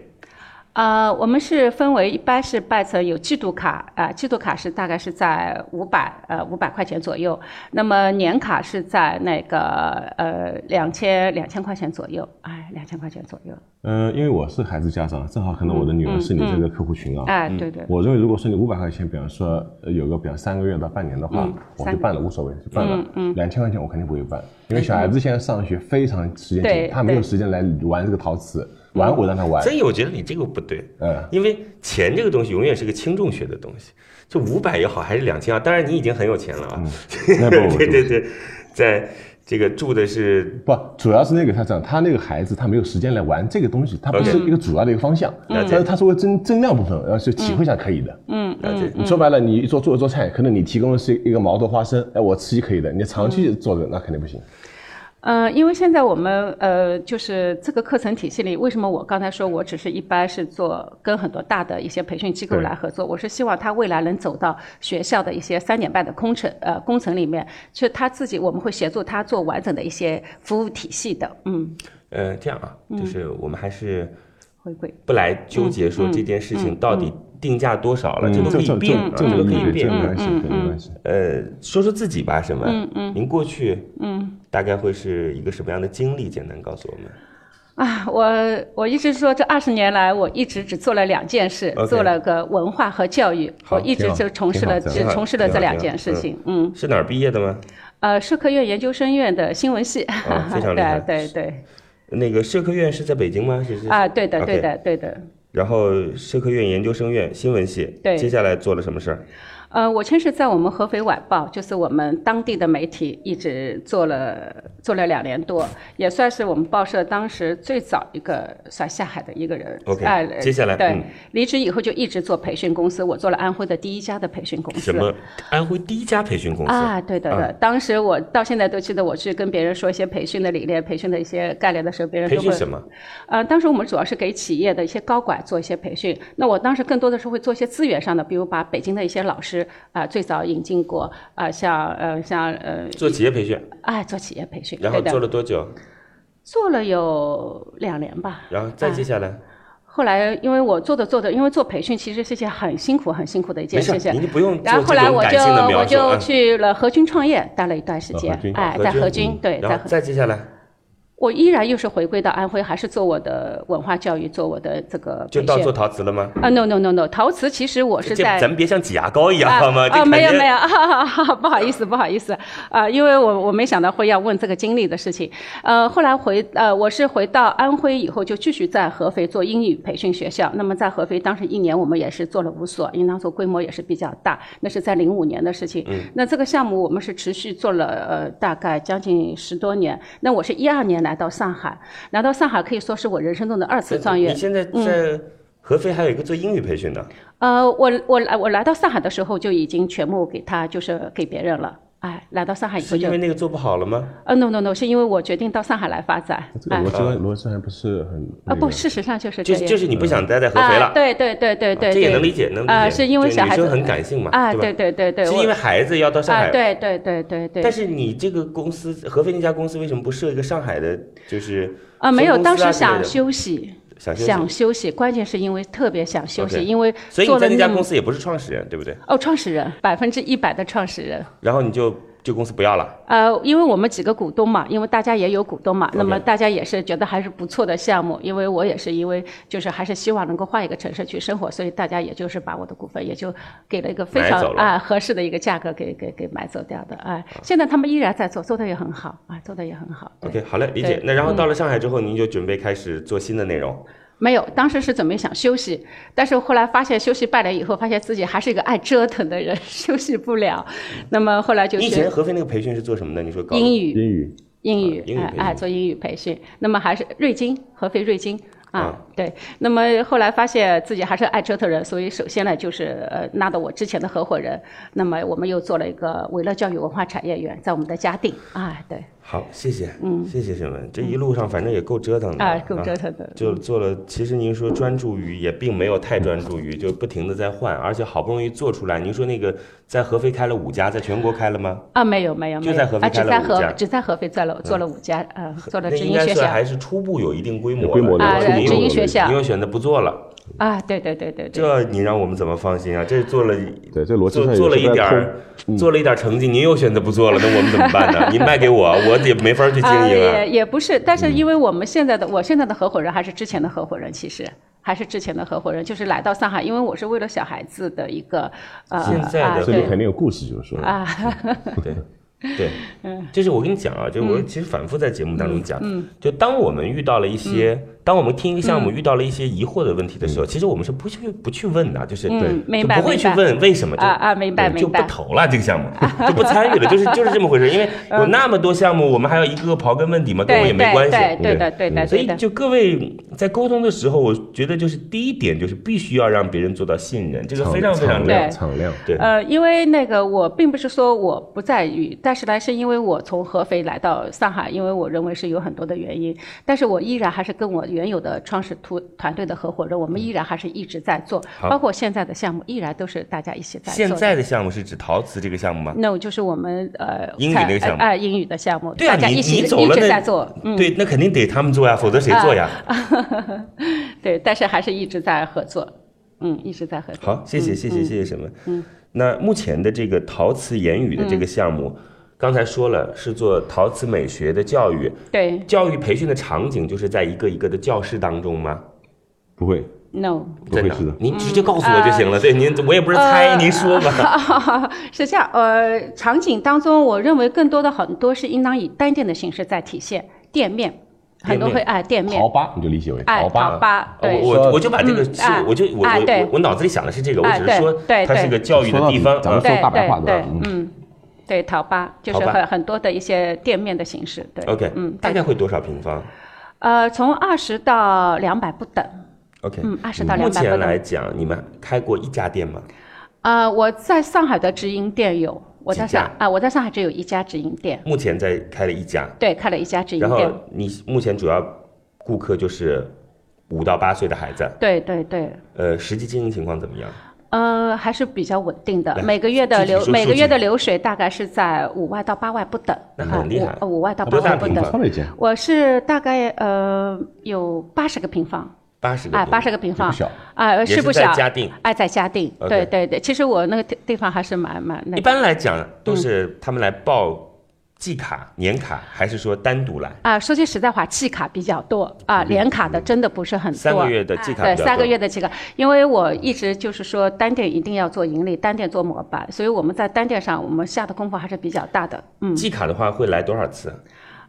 Speaker 6: 呃，我们是分为一般是办成有季度卡啊、呃季度卡是大概是在五百呃五百块钱左右，那么年卡是在那个呃两千两千块钱左右，哎，两千块钱左右，
Speaker 4: 嗯，因为我是孩子家长，正好可能
Speaker 6: 嗯
Speaker 4: 我的女儿是你这个客户群啊。
Speaker 6: 哎，对对，
Speaker 4: 我认为，如果说你五百块钱，比方说呃有个比方三个月到半年的话，
Speaker 6: 嗯
Speaker 4: 我
Speaker 6: 三
Speaker 4: 就
Speaker 6: 个嗯
Speaker 4: 办了，无所谓，就办了。两千块钱我肯定不会办，因为小孩子现在上学非常时间
Speaker 6: 对
Speaker 4: 紧，他没有
Speaker 6: 对嗯
Speaker 4: 时间来玩这个陶瓷，玩我让他玩
Speaker 3: 所。以我觉得你这个不对，
Speaker 4: 嗯
Speaker 3: 因为钱这个东西永远是个轻重学的东西，就五百也好，还是两千啊，当然你已经很有钱了啊，
Speaker 4: 嗯那
Speaker 3: <laughs>
Speaker 4: 不
Speaker 3: 对对对，在这个住的是
Speaker 4: 不，主要是那个他这样，他那个孩子他没有时间来玩这个东西，他不是
Speaker 3: OK
Speaker 6: 嗯
Speaker 4: 一个主要的一个方向，
Speaker 3: 了
Speaker 4: 但
Speaker 3: 解
Speaker 4: 是他是为增增量部分，然后就体会下可以的。
Speaker 6: 嗯
Speaker 3: 了解
Speaker 6: 嗯，
Speaker 4: 你说白了，你一做做一做菜，可能你提供的是一个毛豆花生，哎，我吃可以的，你长
Speaker 6: 嗯
Speaker 4: 期做的那肯定不行。
Speaker 6: 呃，因为现在我们呃，就是这个课程体系里，为什么我刚才说我只是一般是做跟很多大的一些培训机构
Speaker 4: 对
Speaker 6: 来合作，我是希望他未来能走到学校的一些三点半的工程呃工程里面，就他自己我们会协助他做完整的一些服务体系的，嗯，
Speaker 3: 呃这样啊，就是我们还是
Speaker 6: 回归。 <laughs>
Speaker 3: 不来纠
Speaker 6: 嗯
Speaker 3: 结说这件事情到底定价多少了，这
Speaker 4: 嗯
Speaker 3: 都
Speaker 4: 这
Speaker 3: 可以
Speaker 4: 这
Speaker 3: 变啊，
Speaker 4: 这这
Speaker 3: 都可
Speaker 4: 没
Speaker 3: 以
Speaker 4: 这
Speaker 3: 变
Speaker 6: 嗯
Speaker 4: 个没
Speaker 3: 啊。
Speaker 4: 关系，这个没关系。
Speaker 3: 呃，说说自己吧，沈文，
Speaker 6: 嗯
Speaker 3: 您过去大概会是一个什么样的经历？简单告诉我们。
Speaker 6: 啊，我我一直说这二十年来，我一直只做了两件事
Speaker 3: OK
Speaker 6: 做了个文化和教育，
Speaker 3: 好
Speaker 6: 我一直
Speaker 4: 挺好
Speaker 6: 就从事
Speaker 4: 挺好
Speaker 6: 了
Speaker 4: 挺
Speaker 6: 只
Speaker 3: 好
Speaker 6: 从事了
Speaker 3: 挺
Speaker 6: 这
Speaker 3: 好
Speaker 6: 两
Speaker 3: 挺
Speaker 6: 件
Speaker 3: 好
Speaker 6: 事
Speaker 3: 嗯
Speaker 6: 情，嗯。
Speaker 3: 是哪儿毕业的吗？
Speaker 6: 呃，社科院研究生院的新闻系，
Speaker 3: 啊非常厉害
Speaker 6: <laughs> 对对
Speaker 3: 那个社科院是在北京吗？是是
Speaker 6: 对，啊，对的
Speaker 3: OK
Speaker 6: 对的对的。
Speaker 3: 然后社科院研究生院新闻系，
Speaker 6: 对
Speaker 3: 接下来做了什么事儿？
Speaker 6: 呃，我先是在我们合肥晚报，就是我们当地的媒体，一直做了做了两年多，也算是我们报社当时最早一个算下海的一个人。
Speaker 3: OK，
Speaker 6: 哎
Speaker 3: 接下来嗯
Speaker 6: 对，离职以后就一直做培训公司，我做了安徽的第一家的培训公司。
Speaker 3: 什么？安徽第一家培训公司嗯
Speaker 6: 啊，对的对的，当时我到现在都记得，我去跟别人说一些培训的理念、培训的一些概念的时候，别人
Speaker 3: 培
Speaker 6: 都
Speaker 3: 训
Speaker 6: 会
Speaker 3: 什么？
Speaker 6: 呃，当时我们主要是给企业的一些高管做一些培训。那我当时更多的是会做一些资源上的，比如把北京的一些老师啊、最早引进过啊、像呃像呃，
Speaker 3: 做企业培训，
Speaker 6: 哎做企业培训，
Speaker 3: 然后
Speaker 6: 对的
Speaker 3: 做了多久？
Speaker 6: 做了有两年吧。
Speaker 3: 然后再接下来，
Speaker 6: 后来因为我做着做着，因为做培训其实是一件很辛苦、很辛苦的一件
Speaker 3: 没事
Speaker 6: 事情，。
Speaker 3: 您就不用做
Speaker 6: 然后后
Speaker 3: 这
Speaker 6: 来
Speaker 3: 种
Speaker 6: 我
Speaker 3: 感
Speaker 6: 就
Speaker 3: 性的描
Speaker 6: 我
Speaker 3: 述啊
Speaker 6: 就去了合军创业，待了一段时间
Speaker 4: 合军，
Speaker 6: 哎，
Speaker 3: 合
Speaker 6: 在
Speaker 3: 军嗯
Speaker 6: 合军对，在
Speaker 3: 然
Speaker 6: 合
Speaker 3: 后再接下来
Speaker 6: 我依然又是回归到安徽，还是做我的文化教育，做我的这个
Speaker 3: 就
Speaker 6: 培
Speaker 3: 到
Speaker 6: 训
Speaker 3: 做陶瓷了吗？
Speaker 6: 啊，no no no no，陶瓷其实我是
Speaker 3: 这
Speaker 6: 在
Speaker 3: 咱们别像挤牙膏一样好吗？
Speaker 6: 啊
Speaker 3: 这
Speaker 6: 啊，
Speaker 3: 感
Speaker 6: 没有
Speaker 3: 觉
Speaker 6: 没有，啊，不好意思不好意思啊，因为我我没想到会要问这个经历的事情。呃，后来回呃，我是回到安徽以后就继续在合肥做英语培训学校。那么在合肥当时一年我们也是做了五所，应当说规模也是比较大，那是在零五年的事情。
Speaker 3: 嗯
Speaker 6: 那这个项目我们是持续做了呃大概将近十多年。那我是一二年来到上海，来到上海可以说是我人生中的二次创业嗯
Speaker 3: 你。现在在合肥还有一个做英语培训的，
Speaker 6: 呃，我我来我来到上海的时候就已经全部给他就是给别人了。哎，来到上海以后
Speaker 3: 是
Speaker 6: 就
Speaker 3: 因为那个做不好了吗？
Speaker 6: 呃，no no no，是因为我决定到上海来发展。
Speaker 4: 这个
Speaker 6: 哎
Speaker 4: 逻，辑观逻辑还不是很
Speaker 6: 啊
Speaker 4: 那
Speaker 6: 不，
Speaker 4: 个
Speaker 6: 事实上就是
Speaker 3: 就
Speaker 6: 这样。
Speaker 3: 是就是你不想待在合肥
Speaker 6: 啊，
Speaker 3: 了，
Speaker 6: 对对对对对，
Speaker 3: 这也
Speaker 6: 对
Speaker 3: 能理解，能理解。
Speaker 6: 啊，是因为
Speaker 3: 就
Speaker 6: 小孩
Speaker 3: 女
Speaker 6: 子
Speaker 3: 生很感性嘛，
Speaker 6: 啊，
Speaker 3: 对
Speaker 6: 对
Speaker 3: 吧？
Speaker 6: 对对对，
Speaker 3: 是
Speaker 6: 我
Speaker 3: 因为孩子要到上海
Speaker 6: 啊，，对对对对对。
Speaker 3: 但是你这个公司合肥那家公司为什么不设一个上海的，就是
Speaker 6: 啊，没有，
Speaker 3: 分公
Speaker 6: 当
Speaker 3: 司啊
Speaker 6: 时
Speaker 3: 之类
Speaker 6: 想
Speaker 3: 的
Speaker 6: 休息，
Speaker 3: 想休息
Speaker 6: 想休息，关键是因为特别想休
Speaker 3: OK
Speaker 6: 息，因为
Speaker 3: 所以
Speaker 6: 做
Speaker 3: 你
Speaker 6: 了
Speaker 3: 在那家
Speaker 6: 么
Speaker 3: 公司也不是创始人，对不对？
Speaker 6: 哦，创始人百分之一百的创始人。
Speaker 3: 然后你就这公司不要了，
Speaker 6: 呃，因为我们几个股东嘛，因为大家也有股东嘛，那么大家也是觉得还是不错的项目。因为我也是因为就是还是希望能够换一个城市去生活，所以大家也就是把我的股份也就给了一个非
Speaker 3: 买
Speaker 6: 常
Speaker 3: 走了嗯
Speaker 6: 啊合适的一个价格给给给买走掉的。哎，现在他们依然在做，做的也很好啊，做的也很好。对
Speaker 3: OK，好嘞，理解
Speaker 6: 对。嗯
Speaker 3: 那然后到了上海之后，您就准备开始做新的内容。
Speaker 6: 没有，当时是准备想休息，但是后来发现休息半年以后，发现自己还是一个爱折腾的人， <laughs> 休息不了。那么后来就
Speaker 3: 你以
Speaker 6: 学
Speaker 3: 前合肥那个培训是做什么的？你说搞
Speaker 6: 英语，
Speaker 4: 英语
Speaker 6: 英
Speaker 3: 啊
Speaker 6: 语
Speaker 3: 英语，
Speaker 6: 哎
Speaker 3: 培
Speaker 6: 哎，
Speaker 3: 训
Speaker 6: 做英语培训。那么还是瑞金，合肥瑞金啊
Speaker 3: 啊，
Speaker 6: 对。那么后来发现自己还是爱折腾人，所以首先呢就是呃拉到我之前的合伙人，那么我们又做了一个维乐教育文化产业园，在我们的嘉定啊，对
Speaker 3: 好，谢谢，嗯，谢谢沈文，这一路上反正也够折腾的
Speaker 6: 啊够折腾的
Speaker 3: 嗯就做了。其实您说专注于也并没有太专注于，就不停的在换，而且好不容易做出来。您说那个在合肥开了五家，在全国开了吗？
Speaker 6: 啊，没有没有，没
Speaker 3: 就
Speaker 6: 有
Speaker 3: 在合肥
Speaker 6: 啊，只
Speaker 3: 开了
Speaker 6: 在
Speaker 3: 五
Speaker 6: 合
Speaker 3: 家嗯
Speaker 6: 只在合肥做了做了五家，呃，做了
Speaker 3: 那
Speaker 6: 直
Speaker 3: 应
Speaker 6: 营
Speaker 3: 该
Speaker 6: 学
Speaker 3: 算还
Speaker 6: 校
Speaker 3: 是初步有一定规模
Speaker 4: 有规模的
Speaker 3: 了
Speaker 6: 啊，
Speaker 3: 初步
Speaker 6: 对
Speaker 3: 有
Speaker 6: 直营
Speaker 3: 了
Speaker 6: 学校
Speaker 3: 您又选择不做了，
Speaker 6: 啊，对对对对对，
Speaker 3: 这你让我们怎么放心啊？这做了，
Speaker 4: 对这逻辑
Speaker 3: 做
Speaker 4: 上有
Speaker 3: 做了
Speaker 4: 时嗯
Speaker 3: 一
Speaker 4: 候在
Speaker 3: 点儿，做了一点儿成绩，您又选择不做了，那我们怎么办呢？您卖给我，我也没法 <laughs> 去经
Speaker 6: 啊，
Speaker 3: 营啊
Speaker 6: 也。也不是，但是因为我们现在的、我现在的合伙人还是之前的合伙人，其实还是之前的合伙人，就是来到上海，因为我是为了小孩子的一个呃
Speaker 3: 现在的
Speaker 6: 啊
Speaker 3: 合
Speaker 4: 这
Speaker 3: 伙
Speaker 4: 里
Speaker 6: 对
Speaker 4: 肯定有故事，就是说，
Speaker 6: 啊，
Speaker 3: 对，对，就是我跟你讲啊，就
Speaker 6: 嗯
Speaker 3: 我其实反复在节目当中讲，就当我们遇到了一些，
Speaker 6: 嗯
Speaker 3: 当我们听一个项目遇到了一些疑惑的问题的时候，其实我们是不去不去问的，就是
Speaker 6: 嗯
Speaker 3: 对
Speaker 6: 明
Speaker 3: 就
Speaker 6: 白
Speaker 3: 不会去
Speaker 6: 明白
Speaker 3: 问为什么，就
Speaker 6: 啊啊明白
Speaker 3: 对
Speaker 6: 明
Speaker 3: 就不
Speaker 6: 白
Speaker 3: 投了这个项
Speaker 6: <laughs>
Speaker 3: 目，就不参与了，就是就是这么回事，因为有那么多项目，我们还要一个个刨根问底嘛，跟我
Speaker 6: 嗯对
Speaker 3: 也没关系，
Speaker 6: 对对对的对的
Speaker 3: 嗯所以
Speaker 6: 对的，
Speaker 3: 就各位在沟通的时候，我觉得就是第一点就是必须要让别人做到信任，这个
Speaker 4: 敞
Speaker 3: 非常非常
Speaker 4: 敞
Speaker 3: 重要
Speaker 4: 亮，。敞亮，
Speaker 3: 对，
Speaker 6: 呃，因为那个我并不是说我不在于，但是呢，是因为我从合肥来到上海，因为我认为是有很多的原因，但是我依然还是跟我原有的创始团团队的合伙人，我们依然还是一直在做，
Speaker 3: 嗯好
Speaker 6: 包括现在的项目，依然都是大家一起在做的。
Speaker 3: 现在的项目是指陶瓷这个项目吗？
Speaker 6: no 就是我们呃
Speaker 3: 英语
Speaker 6: 在
Speaker 3: 那个项目
Speaker 6: 呃，英语的项目，
Speaker 3: 对啊，
Speaker 6: 大家
Speaker 3: 你
Speaker 6: 一起
Speaker 3: 你走
Speaker 6: 一
Speaker 3: 了
Speaker 6: 直
Speaker 3: 那
Speaker 6: 在做，嗯，啊
Speaker 3: 对，那肯定得他们做呀，否则谁做呀？
Speaker 6: 对，但是还是一直在合作，嗯，一直在合作。
Speaker 3: 好，谢谢谢谢谢谢沈文。嗯，那目前的这个陶瓷言语的这个项目，
Speaker 6: 嗯
Speaker 3: 刚才说了是做陶瓷美学的教育，
Speaker 6: 对
Speaker 3: 教育培训的场景就是在一个一个的教室当中吗？
Speaker 4: 不会，
Speaker 6: ，no，
Speaker 4: 不
Speaker 3: 真
Speaker 4: 会
Speaker 3: 的
Speaker 4: 是的，，
Speaker 3: 您直接告诉我就
Speaker 6: 嗯
Speaker 3: 行了。对，您我也不是猜，您说
Speaker 6: 啊
Speaker 3: 吧。
Speaker 6: 是这样，呃，场景当中，我认为更多的很多是应当以单店的形式在体现，店面，很多
Speaker 3: 店面
Speaker 6: 会哎店面
Speaker 4: 陶，吧你就理解为
Speaker 6: 哎
Speaker 4: 陶吧，
Speaker 6: 吧，
Speaker 3: 我
Speaker 6: 对，
Speaker 3: 我我就把这个
Speaker 6: 嗯
Speaker 3: 是
Speaker 6: 哎，
Speaker 3: 我就我
Speaker 6: 哎
Speaker 3: 我
Speaker 6: 对
Speaker 3: 我我脑子里想的是这个，我
Speaker 6: 哎
Speaker 3: 只是说
Speaker 6: 对对
Speaker 3: 它是个教育的
Speaker 4: 说到
Speaker 3: 地
Speaker 4: 底
Speaker 3: 方。
Speaker 4: 咱们
Speaker 3: 啊
Speaker 4: 说
Speaker 6: 对
Speaker 4: 大白话
Speaker 6: 对对
Speaker 4: 吧？嗯，
Speaker 6: 嗯，对，陶吧就
Speaker 3: 陶
Speaker 6: 是
Speaker 3: 吧
Speaker 6: 很很多的一些店面的形式，对
Speaker 3: OK，
Speaker 6: 嗯，
Speaker 3: 大
Speaker 6: 对
Speaker 3: 概会多少平方
Speaker 6: 呃，从二十到两百不等，
Speaker 3: ？OK，
Speaker 6: 嗯，二十到
Speaker 3: 目
Speaker 6: 两百不
Speaker 3: 前来
Speaker 6: 等。
Speaker 3: 讲，你们开过一家店吗？
Speaker 6: 呃，我在上海的直营店有，我在
Speaker 3: 几家
Speaker 6: 上啊、我在上海只有一家直营店，
Speaker 3: 目前在开了一家，
Speaker 6: 对，开了一家直营
Speaker 3: 然后
Speaker 6: 店，
Speaker 3: 你目前主要顾客就是五到八岁的孩子，
Speaker 6: 对对对。
Speaker 3: 呃，实际经营情况怎么样？
Speaker 6: 呃，还是比较稳定的
Speaker 3: 来，
Speaker 6: 每个月的
Speaker 3: 具体
Speaker 6: 流
Speaker 3: 说
Speaker 6: 每个
Speaker 3: 数
Speaker 6: 月
Speaker 3: 据
Speaker 6: 的流水大概是在五万到八万不等，
Speaker 3: 那
Speaker 6: 啊
Speaker 3: 很厉
Speaker 6: 五
Speaker 3: 害
Speaker 6: 呃五万到
Speaker 3: 很
Speaker 6: 八
Speaker 3: 多大
Speaker 6: 万不嗯
Speaker 3: 平
Speaker 6: 等
Speaker 3: 方。
Speaker 4: 超了一间，
Speaker 6: 我是大概呃有八十个平方，
Speaker 3: 八十个
Speaker 6: 哎，
Speaker 3: 平
Speaker 6: 八十个平方
Speaker 4: 不小，
Speaker 6: 哎，
Speaker 3: 也
Speaker 6: 是不
Speaker 3: 在
Speaker 6: 小，
Speaker 3: 嘉定。
Speaker 6: 哎，在嘉定，
Speaker 3: OK
Speaker 6: 对对对，其实我那个地地方还是蛮蛮那
Speaker 3: 一
Speaker 6: 个。
Speaker 3: 般来讲都是他们来报季卡、
Speaker 6: 嗯
Speaker 3: 年卡，还是说单独来？
Speaker 6: 啊，说句实在话，季卡比较多
Speaker 3: 嗯
Speaker 6: 啊，年卡的真的不是很多。
Speaker 3: 三个月的季卡
Speaker 6: 对，
Speaker 3: 比较
Speaker 6: 三个
Speaker 3: 多
Speaker 6: 月的季卡，因为我一直就是说单店一定要做盈利，单店做模板，所以我们在单店上我们下的功夫还是比较大的。嗯，
Speaker 3: 季卡的话会来多少次？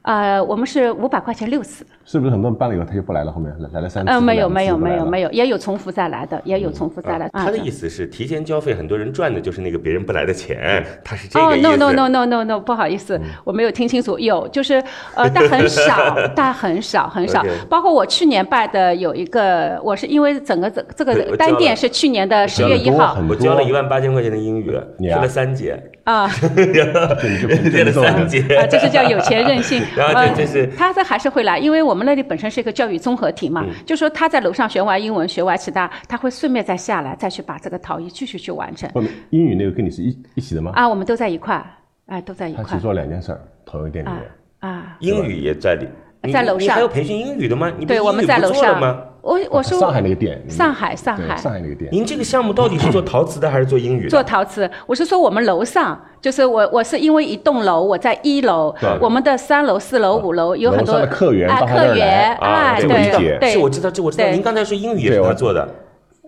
Speaker 6: 呃，我们是五百块钱六次，
Speaker 4: 是不是很多人办了以后他就不来了？后面来来了三次，
Speaker 6: 呃，没
Speaker 4: 来
Speaker 6: 有
Speaker 4: 了
Speaker 6: 没有
Speaker 4: 四次
Speaker 6: 没有
Speaker 4: 来了
Speaker 6: 没有，也有重复再来的，也有重复再来的。
Speaker 3: 他的
Speaker 6: 啊
Speaker 3: 意思是提前交费，很多人赚的就是那个别人不来的钱，他是这
Speaker 6: 哦
Speaker 3: 个意思。嗯
Speaker 6: ，no no no no no no，不好意思，我没有听清楚。有就是，呃，但很少，但很少很少
Speaker 3: OK。
Speaker 6: 包括我去年办的有一个，我是因为整个这这
Speaker 3: 对我
Speaker 6: 个
Speaker 3: 知
Speaker 6: 单
Speaker 3: 道了
Speaker 6: 店是去年的十
Speaker 4: 知道
Speaker 6: 月
Speaker 4: 了
Speaker 6: 一
Speaker 4: 多
Speaker 6: 号
Speaker 4: 很
Speaker 3: 我教了
Speaker 4: 多
Speaker 3: 一万八千块钱的英语，
Speaker 4: 你
Speaker 3: 学
Speaker 4: 啊
Speaker 3: 了三节，
Speaker 4: <laughs>
Speaker 6: 啊
Speaker 3: <laughs> 练了三节。
Speaker 6: 啊，这是叫有钱任性
Speaker 3: <laughs> 。然后
Speaker 6: 呃
Speaker 3: 这这是
Speaker 6: 他这还是会来，因为我们那里本身是一个教育综合体
Speaker 3: 嗯
Speaker 6: 嘛，就说他在楼上学完英文，学完其他，他会顺便再下来，再去把这个陶艺继续去完成。
Speaker 4: 后面英语那个跟你是一一起的吗？
Speaker 6: 啊，我们都在一块，哎，都在一
Speaker 4: 他
Speaker 6: 块
Speaker 4: 只做了两件事儿，同一个店里面，
Speaker 6: 啊。
Speaker 3: 英语也在里，你
Speaker 6: 在楼
Speaker 3: 你还
Speaker 6: 上
Speaker 3: 有培训英语的吗？你不
Speaker 6: 对，
Speaker 3: 是
Speaker 6: 我
Speaker 3: 英
Speaker 6: 们
Speaker 3: 语
Speaker 6: 在
Speaker 3: 不
Speaker 6: 楼
Speaker 3: 做了
Speaker 6: 上
Speaker 3: 吗？。
Speaker 6: 我我说
Speaker 4: 上海那个店，
Speaker 6: 上海上
Speaker 4: 对
Speaker 6: 海
Speaker 4: 上海那个店，
Speaker 3: 您这个项目到底是做陶瓷的还是做英语的？
Speaker 6: 做陶瓷，我是说我们楼上，就是我我是因为一栋楼，我在一楼，我们的三楼、四楼、五
Speaker 3: 嗯
Speaker 6: 楼有很多
Speaker 4: 楼上的客源
Speaker 6: 哎
Speaker 4: 到他这儿
Speaker 6: 客源
Speaker 4: 来
Speaker 3: 啊，
Speaker 6: 哎，
Speaker 4: 这
Speaker 3: 这我
Speaker 4: 么
Speaker 3: 知
Speaker 4: 理
Speaker 3: 道
Speaker 4: 解
Speaker 6: 对，对，
Speaker 3: 是我知道，这我知道。
Speaker 6: 对
Speaker 3: 您刚才说英语也是
Speaker 4: 对
Speaker 3: 他
Speaker 4: 我
Speaker 3: 做的，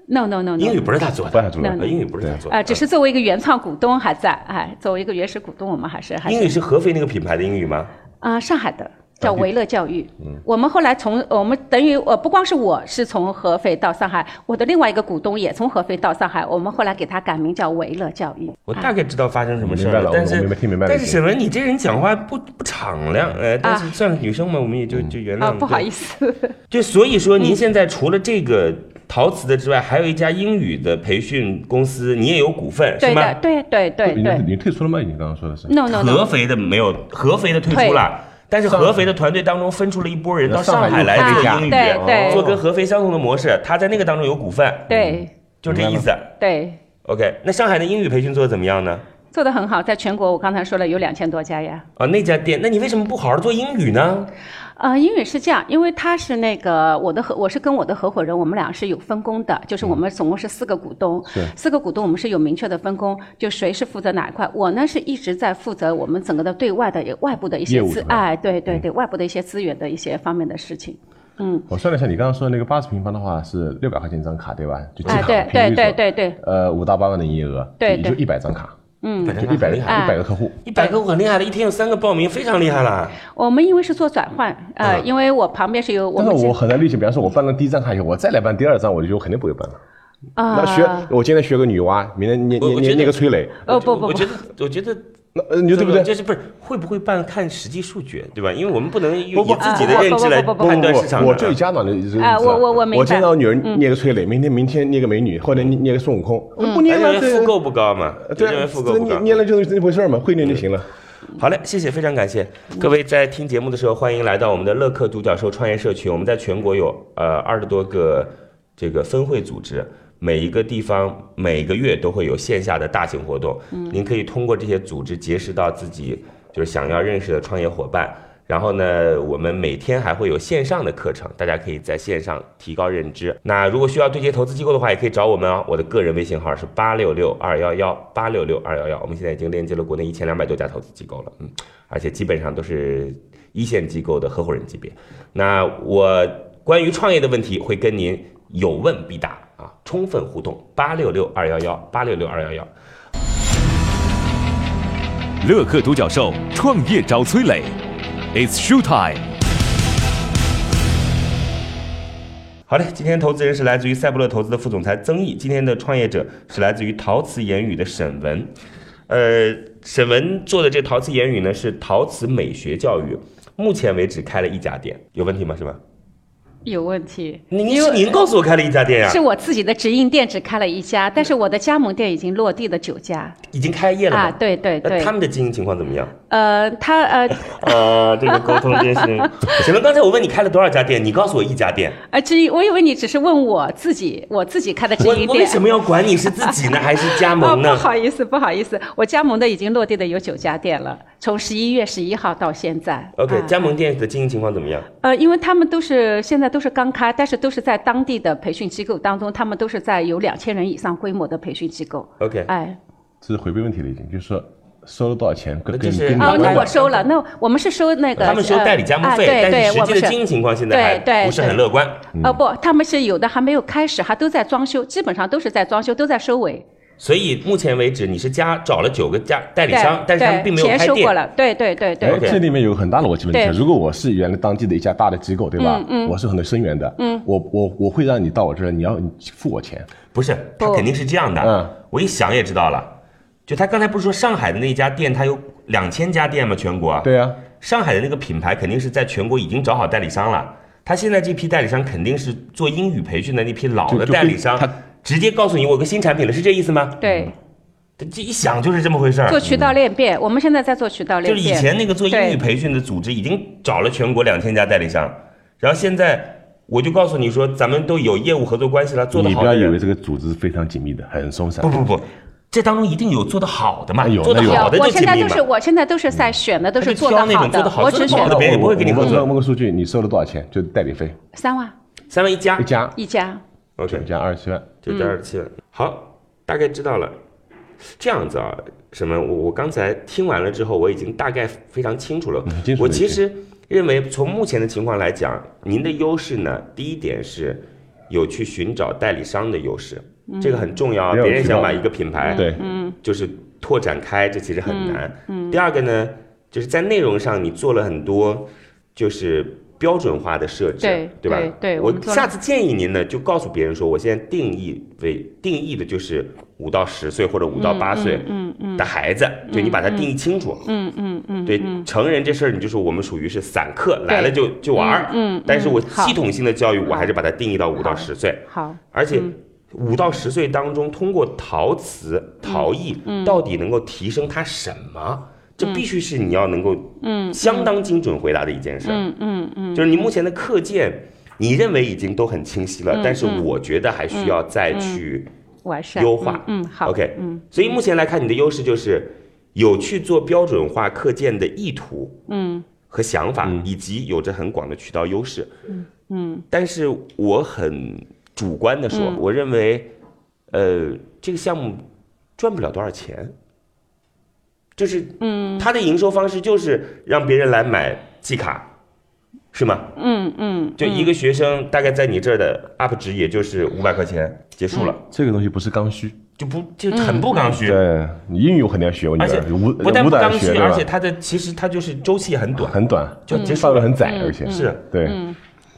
Speaker 6: no no no no，
Speaker 3: 英语不是他做
Speaker 4: 不
Speaker 3: 的，
Speaker 4: 然怎么
Speaker 6: 那
Speaker 3: 啊英语不是他做的
Speaker 6: 啊，只是作为一个原创股东还在，哎，作为一个原始股东，我们还是还
Speaker 3: 啊英
Speaker 6: 是
Speaker 3: 语是合肥那个品牌的英语吗？
Speaker 6: 啊、上海的叫维乐教育。
Speaker 3: 嗯
Speaker 6: 我们后来从我们等于呃，不光是我是从合肥到上海，我的另外一个股东也从合肥到上海，我们后来给他改名叫维乐教育。啊
Speaker 3: 我大概知道发生什么事
Speaker 4: 明
Speaker 3: 儿
Speaker 4: 白了
Speaker 3: 但
Speaker 4: 我
Speaker 3: 是
Speaker 4: 明白听明白了
Speaker 3: 但是沈文，你这人讲话不不敞亮，呃，但是算是女生嘛，我们也就
Speaker 4: 嗯
Speaker 3: 就原
Speaker 6: 啊，
Speaker 3: 谅。
Speaker 6: 不好
Speaker 3: 对
Speaker 6: 意思，嗯
Speaker 3: 就所以说，您现在除了这个陶瓷的之外，还有一家英语的培训公司，你也有股份是
Speaker 6: 对
Speaker 3: 吗
Speaker 6: 的，？对对对
Speaker 4: 你
Speaker 6: 对
Speaker 4: 你退出了吗？你刚刚说的是，
Speaker 6: ，no no no，
Speaker 3: 合肥的没有，合肥的退出了，但是合肥的团队当中分出了一波人到上海来
Speaker 6: 上海
Speaker 3: 做
Speaker 6: 又
Speaker 3: 英语，
Speaker 6: 对对
Speaker 3: 做跟合肥相同的模式，他在那个当中有股份，
Speaker 6: 对
Speaker 3: 就这意
Speaker 4: 明
Speaker 3: 思。
Speaker 6: 对，
Speaker 3: OK，那上海的英语培训做的怎么样呢？
Speaker 6: 做得很好，在全国我刚才说了有两千多家呀。
Speaker 3: 啊，那家店，那你为什么不好好做英语呢？
Speaker 6: 呃，英语是这样，因为他是那个我的合，我是跟我的合伙人，我们俩是有分工的，就是
Speaker 4: 嗯
Speaker 6: 我们总共是四个股东，四个股东我们是有明确的分工，就谁是负责哪一块。我呢是一直在负责我们整个的对外的也外部的一
Speaker 4: 业
Speaker 6: 些
Speaker 4: 务
Speaker 6: 资
Speaker 4: 是，吧嗯
Speaker 6: 哎，对对对，外部的一些资源的一些方面的事情。
Speaker 4: 我算了一下，你刚刚说的那个八十平方的话是六百块钱一张卡，对吧？就季
Speaker 6: 哎，
Speaker 4: 卡
Speaker 6: 对
Speaker 4: 平
Speaker 6: 对
Speaker 4: 均
Speaker 6: 对
Speaker 4: 走
Speaker 6: 对对，
Speaker 4: 呃，五到八万的营业额，
Speaker 6: 对
Speaker 4: 也
Speaker 6: 对
Speaker 4: 就一百张卡，
Speaker 6: 嗯，
Speaker 3: 反
Speaker 4: 就
Speaker 3: 正
Speaker 4: 一百
Speaker 3: 很
Speaker 4: 一
Speaker 3: 厉害，
Speaker 4: 百个客户。
Speaker 3: 一百个我很厉害了，一天有三个报名，非常厉害了。
Speaker 6: 我们因为是做转换，呃，因为我旁边是有我
Speaker 4: 但
Speaker 6: 们
Speaker 4: 是
Speaker 6: 是
Speaker 4: 嗯我很难理解，比方说我办了第一张卡以后，我再来办第二张，我就觉得我肯定不会办了。
Speaker 6: 啊，
Speaker 4: 那学我今天学个女娲，明天捏
Speaker 3: 我
Speaker 4: 捏
Speaker 3: 我
Speaker 4: 捏
Speaker 3: 觉
Speaker 4: 捏
Speaker 3: 得
Speaker 4: 个崔磊，
Speaker 6: 呃不不
Speaker 3: 我
Speaker 6: 不
Speaker 3: 觉，得，我觉得。
Speaker 4: 那呃你说对不对？
Speaker 3: 就是不是会不会办看实际数据，对吧？因为我们不能用
Speaker 4: 不
Speaker 3: 以
Speaker 4: 不
Speaker 3: 自己的认知来
Speaker 6: 不不不不不不
Speaker 3: 判断市场的。
Speaker 4: 我最家长的就是
Speaker 6: 哎我我我明白嗯
Speaker 4: 我今天让女儿捏个崔磊，明天明天捏个美女，后天捏捏个孙悟空，不捏
Speaker 3: 他认
Speaker 4: 了
Speaker 3: 为
Speaker 4: 这
Speaker 3: 复购不高嘛？
Speaker 4: 对
Speaker 3: 认为
Speaker 4: 啊，
Speaker 3: 复购
Speaker 4: 这
Speaker 3: 不高
Speaker 4: 捏。捏了就是那回事儿嘛，会捏就行了。
Speaker 3: 好嘞，谢谢，非常感谢各位在听节目的时候，欢迎来到我们的乐客独角兽创业社群。我们在全国有呃二十多个这个分会组织，每一个地方每个月都会有线下的大型活动。嗯，您可以通过这些组织结识到自己就是想要认识的创业伙伴。然后呢，我们每天还会有线上的课程，大家可以在线上提高认知。那如果需要对接投资机构的话，也可以找我们啊。我的个人微信号是八六六二幺幺八六六二幺幺。我们现在已经链接了国内一千两百多家投资机构了，嗯，而且基本上都是一线机构的合伙人级别。那我关于创业的问题会跟您有问必答啊，充分互动。八六六二幺幺八六六二幺幺。
Speaker 1: 乐客独角兽创业找崔磊，It's show time。
Speaker 3: 好嘞，今天投资人是来自于赛伯乐投资的副总裁曾毅，今天的创业者是来自于陶瓷言语的沈文。呃，沈文做的这陶瓷言语呢，是陶瓷美学教育，目前为止开了一家店，有问题吗？是吧？
Speaker 6: 有问题。
Speaker 3: 您是您告诉我开了一家嗯店呀、
Speaker 6: 是我自己的直营店只开了一家，但是我的加盟店已经落地了九家
Speaker 3: 已经开业了吗？
Speaker 6: 啊，对对
Speaker 3: 那
Speaker 6: 对
Speaker 3: 他，们的经营情况怎么 <laughs> 样？
Speaker 6: 呃，他
Speaker 3: <laughs>
Speaker 6: 呃
Speaker 3: 呃，这个沟通真是…… <laughs> 沈文，刚才我问你开了多少家店，你告诉我一家店，
Speaker 6: 呃，直营，我以为你只是问我自己，我自己开的直
Speaker 3: 我
Speaker 6: 营
Speaker 3: 我
Speaker 6: 店
Speaker 3: 为。什么要管你是自己呢，还是加
Speaker 6: 哦，
Speaker 3: 盟
Speaker 6: 不
Speaker 3: 呢？
Speaker 6: 好意思，不好意思，我加盟的已经落地的有九家店了，从十一月十一号到现在。
Speaker 3: OK，
Speaker 6: 啊
Speaker 3: 加盟店的经营情况怎么样？
Speaker 6: 呃，因为他们都是现在都是刚开，但是都是在当地的培训机构当中，他们都是在有两千人以上规模的培训机构。
Speaker 3: OK
Speaker 6: 哎，
Speaker 4: 这是回避问题了，已经就是说收了多少钱跟
Speaker 3: 就
Speaker 4: 跟
Speaker 3: 是
Speaker 4: 跟你
Speaker 3: 啊
Speaker 6: 哦，
Speaker 4: 有
Speaker 3: 那
Speaker 6: 那
Speaker 4: 关
Speaker 3: 我
Speaker 6: 我
Speaker 4: 系
Speaker 6: 收了，那我们是收那个
Speaker 3: 他们收代理加盟费，
Speaker 6: 呃啊对
Speaker 3: 但
Speaker 6: 对，
Speaker 3: 是
Speaker 6: 我
Speaker 3: 实际
Speaker 6: 们
Speaker 3: 的经营情况现在
Speaker 6: 对
Speaker 3: 还
Speaker 6: 对
Speaker 3: 不是很乐嗯观。
Speaker 6: 呃不，他们是有的还没有开始，还都在装修，基本上都是在装修，都在收尾。
Speaker 3: 所以目前为止，你是加找了九个家代理
Speaker 6: 对
Speaker 3: 商，但是他们
Speaker 6: 对，
Speaker 3: 并没有
Speaker 6: 钱
Speaker 3: 开
Speaker 6: 收过
Speaker 3: 店。
Speaker 6: 了，对对对对
Speaker 4: 哎，
Speaker 3: OK
Speaker 4: 这里面有个很大的逻辑问
Speaker 6: 对
Speaker 4: 题。啊如果我是原来当地的一家大的机构，对吧？
Speaker 3: 嗯
Speaker 4: 我是很多生源的，我我我会让你到我这儿，你要你付我钱，
Speaker 3: 不是，他
Speaker 6: 不
Speaker 3: 肯定是这样的
Speaker 4: 嗯。
Speaker 3: 我一想也知道了，就他刚才不是说上海的那家店，他有两千家店吗？全国？
Speaker 4: 对啊，
Speaker 3: 上海的那个品牌肯定是在全国已经找好代理商了。他现在这批代理商肯定是做英语培训的那批老
Speaker 4: 就
Speaker 3: 的
Speaker 4: 就
Speaker 3: 代
Speaker 4: 跟
Speaker 3: 理商
Speaker 4: 他，
Speaker 3: 直接告诉你我有个新产品了，是这意思吗？
Speaker 6: 对，
Speaker 3: 他这一想就是这么回事儿。
Speaker 6: 做渠道裂变，我们现在在做渠道裂
Speaker 3: 就是
Speaker 6: 变。
Speaker 3: 以前那个做英语
Speaker 6: 对
Speaker 3: 培训的组织已经找了全国两千家代理商，然后现在我就告诉你说，咱们都有业务合作关系了，做得
Speaker 4: 你
Speaker 3: 好
Speaker 4: 不
Speaker 3: 的
Speaker 4: 要以
Speaker 3: 人
Speaker 4: 为这个组织非常紧密的，很松散。
Speaker 3: 不不不，这当中一定有做得好的嘛，
Speaker 4: 哎有
Speaker 3: 做得
Speaker 4: 那有
Speaker 3: 好的
Speaker 6: 我
Speaker 3: 就
Speaker 6: 现
Speaker 3: 紧
Speaker 6: 在
Speaker 3: 密
Speaker 6: 都是，
Speaker 3: 嘛。嗯
Speaker 6: 我现在都是在选的，都
Speaker 3: 他
Speaker 6: 是
Speaker 3: 就
Speaker 6: 做得
Speaker 3: 挑那种
Speaker 6: 好
Speaker 3: 做得好
Speaker 6: 我
Speaker 3: 做
Speaker 6: 只
Speaker 3: 得不好
Speaker 6: 选
Speaker 3: 的别人也不会跟你合
Speaker 4: 我
Speaker 3: 作
Speaker 4: 问问个数据，你收了多少钱？就是代理费，
Speaker 6: 三万。
Speaker 3: 三万一家
Speaker 4: 一家
Speaker 6: 一家，
Speaker 3: ，OK，
Speaker 4: 加二十七万。
Speaker 6: 嗯
Speaker 3: 九加二十七万，好，大概知道了。这样子啊，什么？我我刚才听完了之后，我已经大概非常清楚了。
Speaker 4: 清楚
Speaker 3: 嗯我
Speaker 4: 了已
Speaker 3: 其
Speaker 4: 经
Speaker 3: 实认为，从目前的情况来讲，您的优势呢，第一点是有去寻找代理商的优势，这个很重要啊。
Speaker 4: 也有
Speaker 3: 别人
Speaker 4: 渠
Speaker 3: 想
Speaker 4: 道
Speaker 3: 把一个品牌，
Speaker 4: 对，
Speaker 3: 就是拓展开，这其实很难。第二个呢，就是在内容上你做了很多，就是。标准化的设置，
Speaker 6: 对
Speaker 3: 吧？
Speaker 6: 对对我
Speaker 3: 我
Speaker 6: 们做了
Speaker 3: 下次建议您呢，就告诉别人说，我现在定义为定义的就是五到十岁或者五到八岁的孩子，就你把它定义清楚。嗯嗯嗯，对，成人这事儿，你就说我们属于是散客，来了就就玩儿。嗯，但是我
Speaker 6: 好
Speaker 3: 系统性的教育，我还是把它定义到五到十岁。
Speaker 6: 好，
Speaker 3: 而且五到十嗯岁当中，通过陶瓷、陶艺，到底能够提升他什么？这必须是你要能够嗯相当精准回答的一件事。嗯嗯嗯，就是你目前的课件，你认为已经都很清晰了，但是我觉得还需要再去
Speaker 6: 完善
Speaker 3: 优化
Speaker 6: 嗯，嗯好
Speaker 3: OK，
Speaker 6: 嗯，
Speaker 3: 所以目前来看，你的优势就是有去做标准化课件的意图，嗯，和想法，以及有着很广的渠道优势，嗯嗯。但是我很主观的说，我认为，呃，这个项目赚不了多少钱，就是，嗯，它的营收方式就是让别人来买季卡。是吗？嗯嗯，就一个学生大概在你这儿的 up 值也就是五百块钱结束了，
Speaker 4: 这个东西不是刚需，
Speaker 3: 就不就很不刚需，
Speaker 4: 对你英语我肯定要学，我女
Speaker 3: 而且
Speaker 4: 儿舞
Speaker 3: 不但
Speaker 4: 舞
Speaker 3: 不
Speaker 4: 蹈要
Speaker 3: 刚
Speaker 4: 学
Speaker 3: 需，
Speaker 4: 对
Speaker 3: 而且
Speaker 4: 吧？
Speaker 3: 它的其实它就是周期很短，
Speaker 4: 很短，
Speaker 3: 就嗯结束
Speaker 4: 放的
Speaker 3: 了。
Speaker 4: 很窄，而且
Speaker 3: 是，
Speaker 4: 对，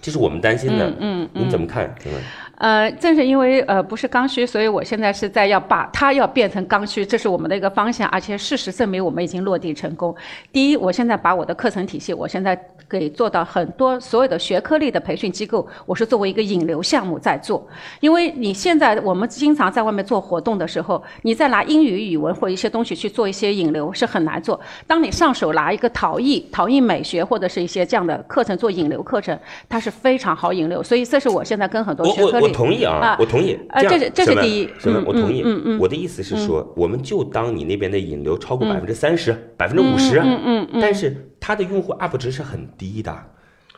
Speaker 3: 这是我们担心的。嗯嗯，你怎么看？请问
Speaker 6: 呃，正是因为呃不是刚需，所以我现在是在要把它要变成刚需，这是我们的一个方向，而且事实证明我们已经落地成功。第一，我现在把我的课程体系，我现在给做到很多所有的学科类的培训机构，我是作为一个引流项目在做。因为你现在我们经常在外面做活动的时候，你再拿英语、语文或一些东西去做一些引流是很难做。当你上手拿一个陶艺、陶艺美学或者是一些这样的课程做引流课程，它是非常好引流。所以这是我现在跟很多
Speaker 3: 我
Speaker 6: 学科
Speaker 3: 我我
Speaker 6: 类。
Speaker 3: 同意啊
Speaker 6: 啊，
Speaker 3: 我同意。
Speaker 6: 啊
Speaker 3: 样
Speaker 6: 这是这是
Speaker 3: 沈文
Speaker 6: 第一
Speaker 3: 沈文，
Speaker 6: 嗯嗯
Speaker 3: 我同意。我的意思是说，我们就当你那边的引流超过百分之三十、百分之五十，嗯嗯，但是它的用户 up 值是很低的。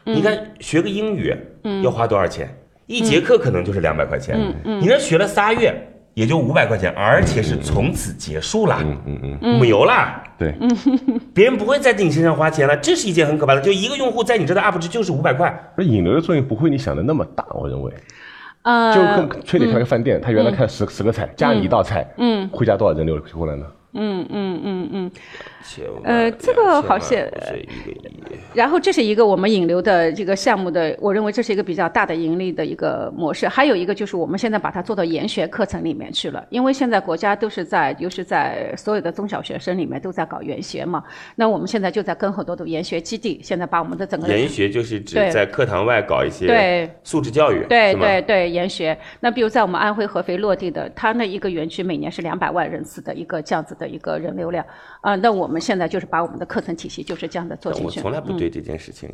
Speaker 6: 嗯
Speaker 3: 你看，学个英语要花多少钱？一
Speaker 6: 嗯
Speaker 3: 节课可能就是两百块钱。嗯你那学了仨月，也就五百块钱，而且是从此结束了，嗯嗯，没有了。
Speaker 4: 对，
Speaker 3: 别人不会再在你身上花钱了，这是一件很可怕的。就一个用户在你这的 UP 值就是五百块，
Speaker 4: 那引流的作用不会你想的那么大，我认为。
Speaker 6: 呃，嗯
Speaker 4: 就跟崔姐开个饭店，他原来开十十个菜，加你一道菜，嗯，会加多少人流过来呢？
Speaker 6: 呃这个好像然后这是一个我们引流的这个项目的，我认为这是一个比较大的盈利的一个模式。还有一个就是我们现在把它做到研学课程里面去了，因为现在国家都是在，尤其是在所有的中小学生里面都在搞研学嘛。那我们现在就在跟很多的研学基地，现在把我们的整个的
Speaker 3: 研学就是指
Speaker 6: 呃对
Speaker 3: 在课堂外搞一些
Speaker 6: 对
Speaker 3: 素质教育，
Speaker 6: 对
Speaker 3: 是吗
Speaker 6: 对对，研学。那比如在我们安徽合肥落地的，它那一个园区每年是两百万人次的一个这样子的一个人流量啊、那我们现在就是把我们的课程体系就是这样的嗯做
Speaker 3: 但
Speaker 6: 进
Speaker 3: 我
Speaker 6: 去。
Speaker 3: 从来不对这件事情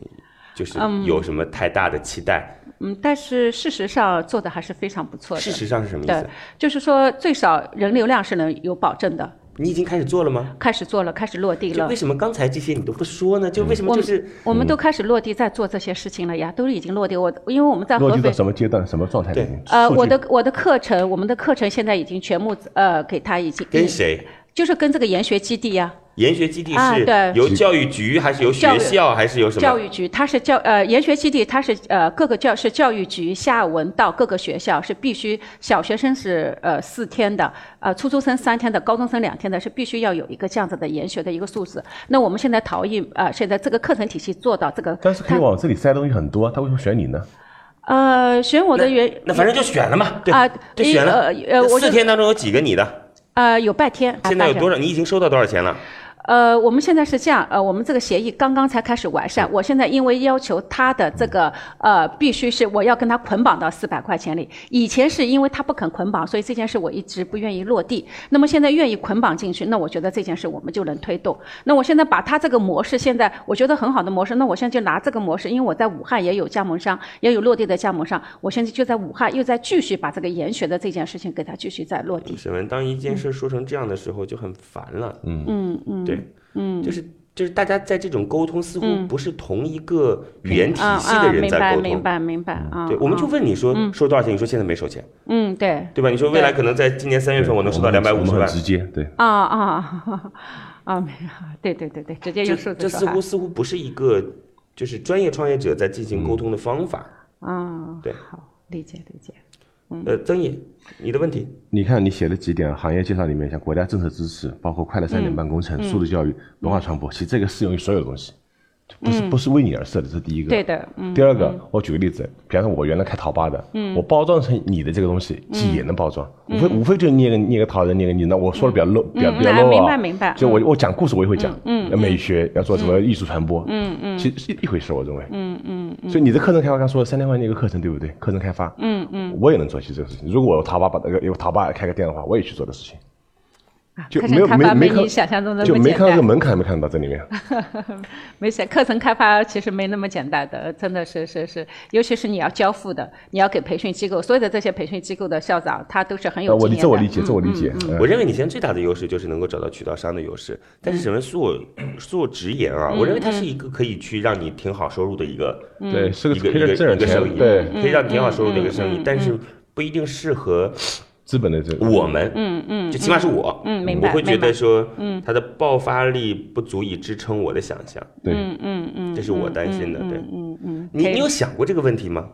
Speaker 3: 就是有什么太大的期待。
Speaker 6: 嗯，但是事实上做的还是非常不错的。
Speaker 3: 事实上是什么意
Speaker 6: 对
Speaker 3: 思？，
Speaker 6: 就是说最少人流量是能有保证的。
Speaker 3: 你已经开始做了吗？
Speaker 6: 开始做了，开始落地
Speaker 3: 就
Speaker 6: 了嗯
Speaker 3: 为。嗯什么刚才这些你都不说呢？就为什么
Speaker 6: 我
Speaker 3: 就
Speaker 6: 们
Speaker 3: 是
Speaker 6: 我们都开始落地在做这些事情了呀，都已经落地。我因为我们在
Speaker 4: 落
Speaker 6: 啊合
Speaker 4: 地
Speaker 6: 肥
Speaker 4: 到，什么阶段、什么状态里面？
Speaker 6: 呃，
Speaker 4: 数据
Speaker 6: 我的我的课程，我们的课程现在已经全部呃给他已经
Speaker 3: 跟谁？
Speaker 6: 就是跟这个研学基地呀、
Speaker 3: 研学基地
Speaker 6: 啊
Speaker 3: 是
Speaker 6: 对
Speaker 3: 由教育局还是由学
Speaker 6: 教育
Speaker 3: 校还是由什么？
Speaker 6: 教育局，它是教呃研学基地，它是呃各个教是教育局下文到各个学校是必须小学生是呃四天的，呃初中生三天的，高中生两天的，是必须要有一个这样子的研学的一个素质。那我们现在陶艺呃现在这个课程体系做到这个，
Speaker 4: 但是可以往这里塞的东西很多，他为什么选你呢？
Speaker 6: 呃选我的原
Speaker 3: 那反正就选了嘛，对
Speaker 6: 啊
Speaker 3: 就选了。
Speaker 6: 呃呃我
Speaker 3: 四
Speaker 6: 就
Speaker 3: 天当中有几个你的？
Speaker 6: 呃有半天，
Speaker 3: 现在有多
Speaker 6: 少？
Speaker 3: 少？你已经收到多少钱了？
Speaker 6: 呃，我们现在是这样，呃，我们这个协议刚刚才开始完善。我现在因为要求他的这个呃，必须是我要跟他捆绑到四百块钱里。以前是因为他不肯捆绑，所以这件事我一直不愿意落地。那么现在愿意捆绑进去，那我觉得这件事我们就能推动。那我现在把他这个模式，现在我觉得很好的模式，那我现在就拿这个模式，因为我在武汉也有加盟商，也有落地的加盟商，我现在就在武汉又在继续把这个研学的这件事情给他继续再落地。
Speaker 3: 沈文，当一件事说成这样的时候，就很烦了。嗯嗯，对，嗯，就是就是大家在这种沟通似乎不是同一个语言体
Speaker 6: 啊
Speaker 3: 系
Speaker 6: 啊，
Speaker 3: 的人
Speaker 6: 明
Speaker 3: 在
Speaker 6: 白
Speaker 3: 沟
Speaker 6: 明
Speaker 3: 通。
Speaker 6: 白明白啊。
Speaker 3: 对，我们就
Speaker 6: 啊
Speaker 3: 问你说收多少钱，你说现在没收钱，
Speaker 6: 嗯对。
Speaker 3: 嗯对吧？你说未来可能在今年三月份我能收到两百五
Speaker 4: 我
Speaker 3: 十
Speaker 4: 们很
Speaker 3: 万，
Speaker 4: 直接，对，
Speaker 6: 啊啊 <laughs> 啊！没有，对对对对，直接
Speaker 3: 这
Speaker 6: 用数字
Speaker 3: 这
Speaker 6: 说
Speaker 3: 似
Speaker 6: 话
Speaker 3: 乎似乎不是一个就是专业创业者在进行沟通的方法。
Speaker 6: 啊，
Speaker 3: 对
Speaker 6: 好，理解理解。
Speaker 3: 呃，曾毅，你的问题，
Speaker 4: 你看你写的几点行业介绍里面，像国家政策支持，包括快乐三
Speaker 6: 嗯
Speaker 4: 点半工程、素质教育、文化传播，其实这个适用于所有的东西，不是不是为你而设的，这是第一个。
Speaker 6: 嗯对的，嗯
Speaker 4: 第二个，我举个例子，比方说我原来开淘宝的，我包装成你的这个东西，
Speaker 6: 嗯
Speaker 4: 其实也能包装，无非无非就是捏个捏个陶人，捏个你那我说的比较 low，比较比较
Speaker 6: 嗯
Speaker 4: low 啊，
Speaker 6: 明白明白
Speaker 4: 就我我讲故事我也会讲，嗯，美学要做什么艺术传播，嗯嗯，其实是一回事，我认为，嗯嗯，所以你的课程开发刚说了三千块钱一个课程，对不对？课程开发，嗯嗯，我也能做起这个事情。如果我淘宝把那个有淘宝开个店的话，我也去做的事情。就
Speaker 6: 啊课
Speaker 4: 没
Speaker 6: 程
Speaker 4: 有
Speaker 6: 开
Speaker 4: 没
Speaker 6: 发
Speaker 4: 没
Speaker 6: 没你想象中
Speaker 4: 看
Speaker 6: 的
Speaker 4: 就
Speaker 6: 那么
Speaker 4: 没
Speaker 6: 简
Speaker 4: 看到这
Speaker 6: 单
Speaker 4: 个。门槛，没看到这里面。
Speaker 6: 没事，课程开发其实没那么简单的，真的是是是，尤其是你要交付的，你要给培训机构，所有的这些培训机构的校长，他都是很有
Speaker 4: 呃我
Speaker 6: 经
Speaker 4: 理
Speaker 6: 验
Speaker 4: 这
Speaker 6: 的。
Speaker 4: 我理解，这我理解。嗯
Speaker 3: 我认为你现在最大的优势就是能够找到渠道商的优势，但是沈文恕我
Speaker 6: 嗯
Speaker 3: 恕我直言啊，我认为它是一个可以去让你挺好收入的一个
Speaker 6: 嗯
Speaker 4: 对，是个
Speaker 3: 一个
Speaker 4: 可
Speaker 3: 一
Speaker 4: 以挣点
Speaker 3: 个一个生
Speaker 4: 钱，
Speaker 3: 意，
Speaker 4: 对，
Speaker 3: 可以让你挺好收入的一个
Speaker 6: 嗯
Speaker 3: 生意，但是不一定适合
Speaker 4: 资本的这个。
Speaker 3: 我们，嗯嗯，就起码是我，
Speaker 6: 嗯明
Speaker 3: 我
Speaker 6: 白
Speaker 3: 会觉
Speaker 6: 明白
Speaker 3: 得说，嗯，它的爆发力不足以支撑我的想象，
Speaker 4: 对，
Speaker 6: 嗯嗯，
Speaker 3: 这是我担心的，对，
Speaker 6: 嗯嗯，
Speaker 3: 你
Speaker 6: 可以
Speaker 3: 你有想过这个问题吗？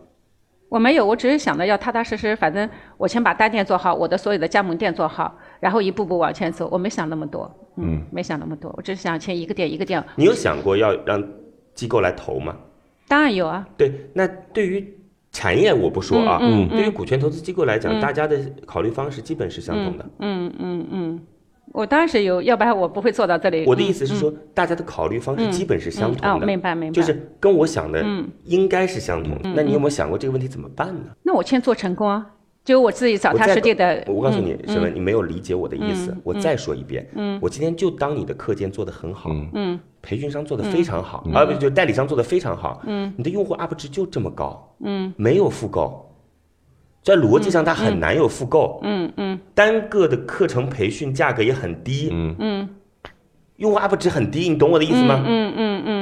Speaker 6: 我没有，我只是想着要踏踏实实，反正我先把单店做好，我的所有的加盟店做好，然后一步步往前走。我没想那么多，嗯，没想那么多，我只是想先一个店一个店。
Speaker 3: 你有想过要让机构来投吗？
Speaker 6: 当然有啊，
Speaker 3: 对，那对于产业我不说啊，嗯，对于股权投资机构来
Speaker 6: 嗯
Speaker 3: 讲，大家的考虑方式基本是相同的。
Speaker 6: 我当然是有，要不然我不会做到这里。
Speaker 3: 我的意
Speaker 6: 嗯
Speaker 3: 思是说，大家的考虑方式基本是相
Speaker 6: 嗯
Speaker 3: 同
Speaker 6: 哦
Speaker 3: 的，
Speaker 6: 明白嗯明白
Speaker 3: 就是跟我想的应该是相同的。那你有没有想过这个问题怎么办呢？
Speaker 6: 那我先做成功啊，就我自己脚
Speaker 3: 我
Speaker 6: 踏
Speaker 3: 再
Speaker 6: 实地的。
Speaker 3: 我告诉你，沈文，你没有理解我的意思。我再说一遍，我今天就当你的课件做得很好，嗯，培训商做得非常好，啊，不就代理商做得非常好，嗯，你的用户 UP 值就这么高，嗯，没有复购。在逻辑上，它很难有复购。嗯嗯，单个的课程培训价格也很低。嗯嗯，用户 UP 值很低，你懂我的意思吗？嗯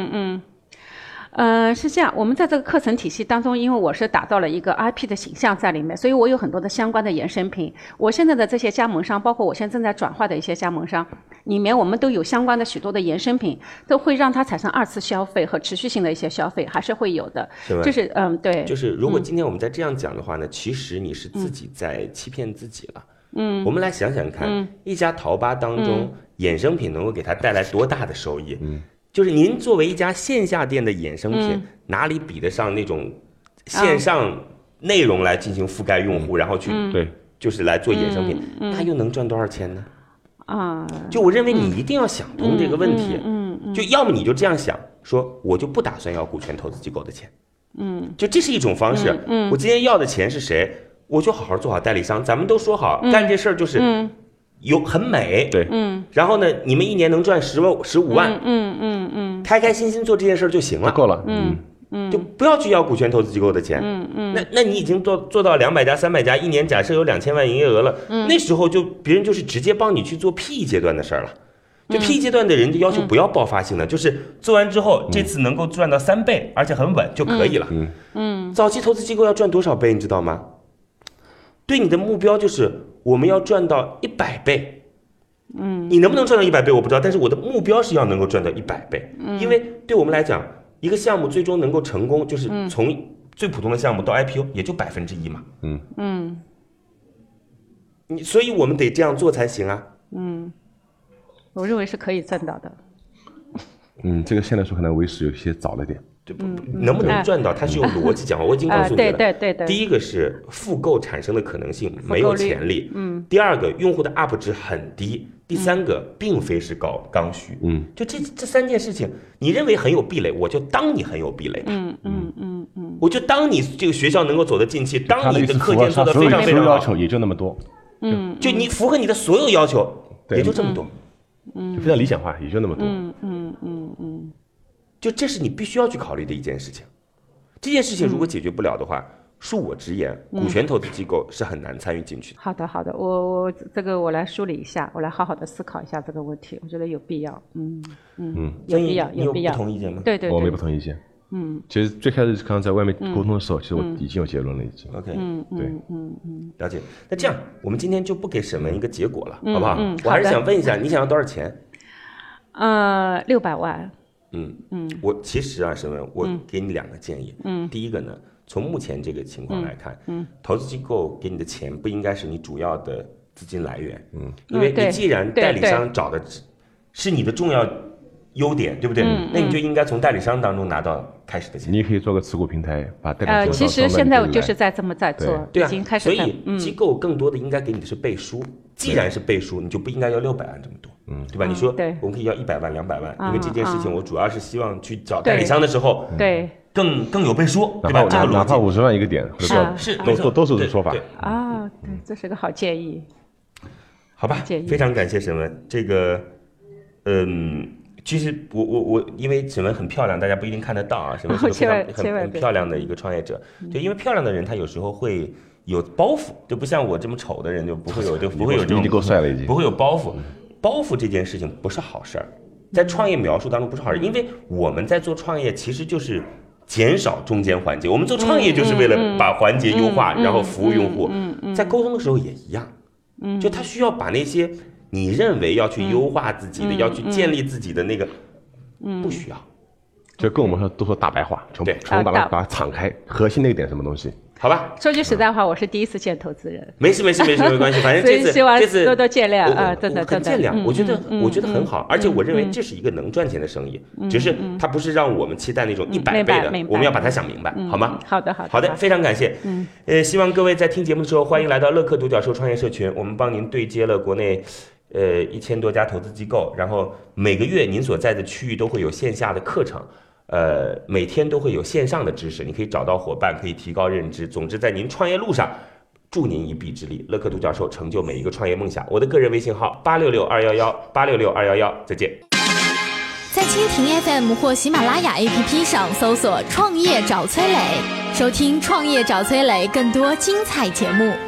Speaker 6: 呃，是这样，我们在这个课程体系当中，因为我是打造了一个 IP 的形象在里面，所以我有很多的相关的衍生品。我现在的这些加盟商，包括我现在正在转化的一些加盟商，里面我们都有相关的许多的衍生品，都会让它产生二次消费和持续性的一些消费，还是会有的。
Speaker 3: 是吧
Speaker 6: 就是嗯，对，
Speaker 3: 就是如果今天我们再这样讲的话呢，其实你是自己在欺骗自己了。嗯，我们来想想看，一家淘吧当中衍生品能够给它带来多大的收益？嗯，就是您作为一家线下店的衍生品，哪里比得上那种线上内容来进行覆盖用户，然后去
Speaker 4: 对，
Speaker 3: 就是来做衍生品，那又能赚多少钱呢？
Speaker 6: 啊、
Speaker 3: 就我认为你一定要想通这个问题，嗯，就要么你就这样想，说我就不打算要股权投资机构的钱，嗯，就这是一种方式，嗯，我今天要的钱是谁，我就好好做好代理商，咱们都说好干这事儿就是，有很美，
Speaker 4: 对，
Speaker 3: 嗯，然后呢，你们一年能赚十万十五万，嗯嗯嗯，开开心心做这件事儿就行
Speaker 4: 就
Speaker 3: 了，
Speaker 4: 够了。嗯，
Speaker 3: 就不要去要股权投资机构的钱。嗯嗯，那那你已经做做到两百家、三百家，一年假设有两千万营业额了，那时候就别人就是直接帮你去做 PE 阶段的事儿了。就 PE 阶段的人就要求不要爆发性的，就是做完之后这次能够赚到三倍，而且很稳就可以了。嗯嗯，早期投资机构要赚多少倍，你知道吗？对你的目标就是我们要赚到一百倍。你能不能赚到一百倍我不知道，但是我的目标是要能够赚到一百倍，
Speaker 6: 嗯
Speaker 3: 因为对我们来讲，一个项目最终能够成功，就是
Speaker 6: 嗯
Speaker 3: 从最普通的项目到 IPO 也就百分之一嘛。嗯嗯，你所以我们得这样做才行啊。
Speaker 6: 我认为是可以赚到的。
Speaker 4: 嗯，这个现在说可能为时有些早了点。
Speaker 3: 对不？能不能赚到，它是有逻辑讲话。我已经告诉你
Speaker 6: 嗯啊对
Speaker 3: 了，
Speaker 6: 对对对
Speaker 3: 第一个是复购产生的可能性
Speaker 6: 购率
Speaker 3: 没有潜力，嗯。第二个，用户的 UP 值很低。第三个，并非是搞刚需，嗯。就这这三件事情，你认为很有壁垒，我就当你很有壁垒吧，嗯嗯嗯嗯。我就当你这个学校能够走得进去，
Speaker 4: 他
Speaker 3: 当
Speaker 4: 的
Speaker 3: 你
Speaker 4: 意
Speaker 3: 的
Speaker 4: 思
Speaker 3: 课
Speaker 4: 符合
Speaker 3: 件
Speaker 4: 他
Speaker 3: 做得
Speaker 4: 所
Speaker 3: 非
Speaker 4: 有
Speaker 3: 常
Speaker 4: 所
Speaker 3: 非
Speaker 4: 有
Speaker 3: 常
Speaker 4: 要
Speaker 3: 好，
Speaker 4: 求也就那么多，
Speaker 6: 嗯
Speaker 3: 就你符合你的所有要求，
Speaker 4: 对
Speaker 3: 也就这么多。
Speaker 6: 嗯
Speaker 4: 就非常理想化，也就那么多。
Speaker 3: 就这是你必须要去考虑的一件事情。这件事情如果解决不了的话，
Speaker 6: 嗯
Speaker 3: 恕我直言，股权投资机构是很难参与进去的。
Speaker 6: 好的，好的，我我这个我来梳理一下，我来好好的思考一下这个问题，我觉得有必要，嗯嗯，有
Speaker 3: 所以
Speaker 6: 必要，
Speaker 3: 你有
Speaker 6: 必要
Speaker 3: 不。同意见吗？
Speaker 6: 对对嗯
Speaker 4: 我没
Speaker 6: 对
Speaker 4: 不，同意见。嗯，其实最开始刚刚在外面沟通的时候，其实我已经有结论了，已经。
Speaker 3: ，OK，
Speaker 6: 嗯
Speaker 4: 对，
Speaker 3: 了解。那这样，我们今天就不给沈文一个结果了，好不好
Speaker 6: 嗯好？的
Speaker 3: 我还是想问一下，你想要多少钱？
Speaker 6: 呃，六百万，
Speaker 3: 嗯嗯，我其实啊，沈文，我给你两个建议。嗯，第一个呢，从目前这个情况来看，嗯，投资机构给你的钱不应该是你主要的资金来源，嗯，因为
Speaker 6: 嗯对
Speaker 3: 你既然代理商找的是是你的重要优点，对不对？那你就应该从代理商当中拿到开始的钱。
Speaker 4: 你也可以做个持股平台，把代
Speaker 6: 呃，
Speaker 4: 理商
Speaker 6: 其实
Speaker 4: 找到
Speaker 6: 现
Speaker 4: 你
Speaker 6: 在
Speaker 4: 这
Speaker 6: 我
Speaker 4: 里
Speaker 6: 就是
Speaker 4: 来嗯
Speaker 6: 在这么在做，
Speaker 3: 对
Speaker 6: 已
Speaker 3: 啊
Speaker 6: 经开，始嗯
Speaker 3: 所
Speaker 6: 在，
Speaker 3: 以机构更多的应该给你的是背书。既然是背书，你就不应该要六百万这么多，嗯，对吧？你说
Speaker 6: 啊对
Speaker 3: 我们可以要一百万、两百万，
Speaker 6: 啊
Speaker 3: 因为这件事情
Speaker 6: 啊
Speaker 3: 我主要是希望去找
Speaker 6: 对
Speaker 3: 代理商的时候
Speaker 6: 对
Speaker 3: 更更有背书，
Speaker 4: 哪
Speaker 3: 对吧？
Speaker 4: 怕
Speaker 3: 这个
Speaker 4: 哪
Speaker 3: 逻
Speaker 4: 怕
Speaker 3: 辑
Speaker 4: 五十万一个
Speaker 6: 啊
Speaker 4: 点，或者多少
Speaker 3: 是
Speaker 4: 都都都是这说法
Speaker 3: 对对
Speaker 6: 啊，对，这是个好建议。
Speaker 3: 好吧
Speaker 6: 建，议
Speaker 3: 非常感谢沈文。这个，嗯，其实我我我，因为沈文很漂亮，大家不一定看得到啊。沈文是个非
Speaker 6: 哦千万
Speaker 3: 常
Speaker 6: 千
Speaker 3: 很
Speaker 6: 万
Speaker 3: 很
Speaker 6: 别嗯
Speaker 3: 漂亮的一个创业者，对，因为漂亮的人她有时候会有包袱，就不像我这么丑的人就不会有就不会有这
Speaker 4: 你够
Speaker 3: 种嗯
Speaker 4: 帅了已经
Speaker 3: 不。会有包
Speaker 6: 嗯
Speaker 3: 袱。包袱这件事情不是好事儿，在创业描述当中不是
Speaker 6: 嗯
Speaker 3: 好事儿，因为我们在做创业其实就是减少中间环节，我们做创业就是为
Speaker 6: 嗯
Speaker 3: 了把环节优化，然后服务用户。在沟通的时候也一样，
Speaker 6: 嗯
Speaker 3: 就他需要把那些你认为要去优化自
Speaker 6: 嗯
Speaker 3: 己的、要去建立自己的那个，不需要。
Speaker 4: 就跟我们说都说大白话，全部
Speaker 3: 对
Speaker 4: 全部把
Speaker 6: 啊
Speaker 4: 它
Speaker 6: 大
Speaker 4: 把它敞开，核心那个点什么东西？
Speaker 3: 好吧，
Speaker 6: 说句实在话，我是第一次见投资人，
Speaker 3: 没事没事没事，没关系，反正
Speaker 6: <laughs> 所以
Speaker 3: 这次
Speaker 6: 希望
Speaker 3: 这次
Speaker 6: 多多见谅
Speaker 3: 我
Speaker 6: 啊
Speaker 3: 我
Speaker 6: 真的
Speaker 3: 我很
Speaker 6: 真
Speaker 3: 见
Speaker 6: 的
Speaker 3: 谅，我觉得
Speaker 6: 嗯
Speaker 3: 我觉得很好，而且我认为
Speaker 6: 嗯
Speaker 3: 这是一个能赚钱的生意，只是它不是让我们期待那种一百
Speaker 6: 嗯明
Speaker 3: 倍
Speaker 6: 白
Speaker 3: 的
Speaker 6: 明，白
Speaker 3: 我们要把它想明
Speaker 6: 嗯
Speaker 3: 白，好吗？
Speaker 6: 好的，好的，
Speaker 3: 好的，非常感谢。嗯，呃，希望各位在听节目的时候，欢迎来到乐客独角兽创业社群，我们帮您对接了国内。呃，一千多家投资机构，然后每个月您所在的区域都会有线下的课程，呃，每天都会有线上的知识，你可以找到伙伴，可以提高认知。总之，在您创业路上，助您一臂之力。乐客独角兽成就每一个创业梦想。我的个人微信号八六六二幺幺八六六二幺幺，再见。
Speaker 2: 在蜻蜓 FM 或喜马拉雅 APP 上搜索“创业找崔磊”，收听“创业找崔磊”更多精彩节目。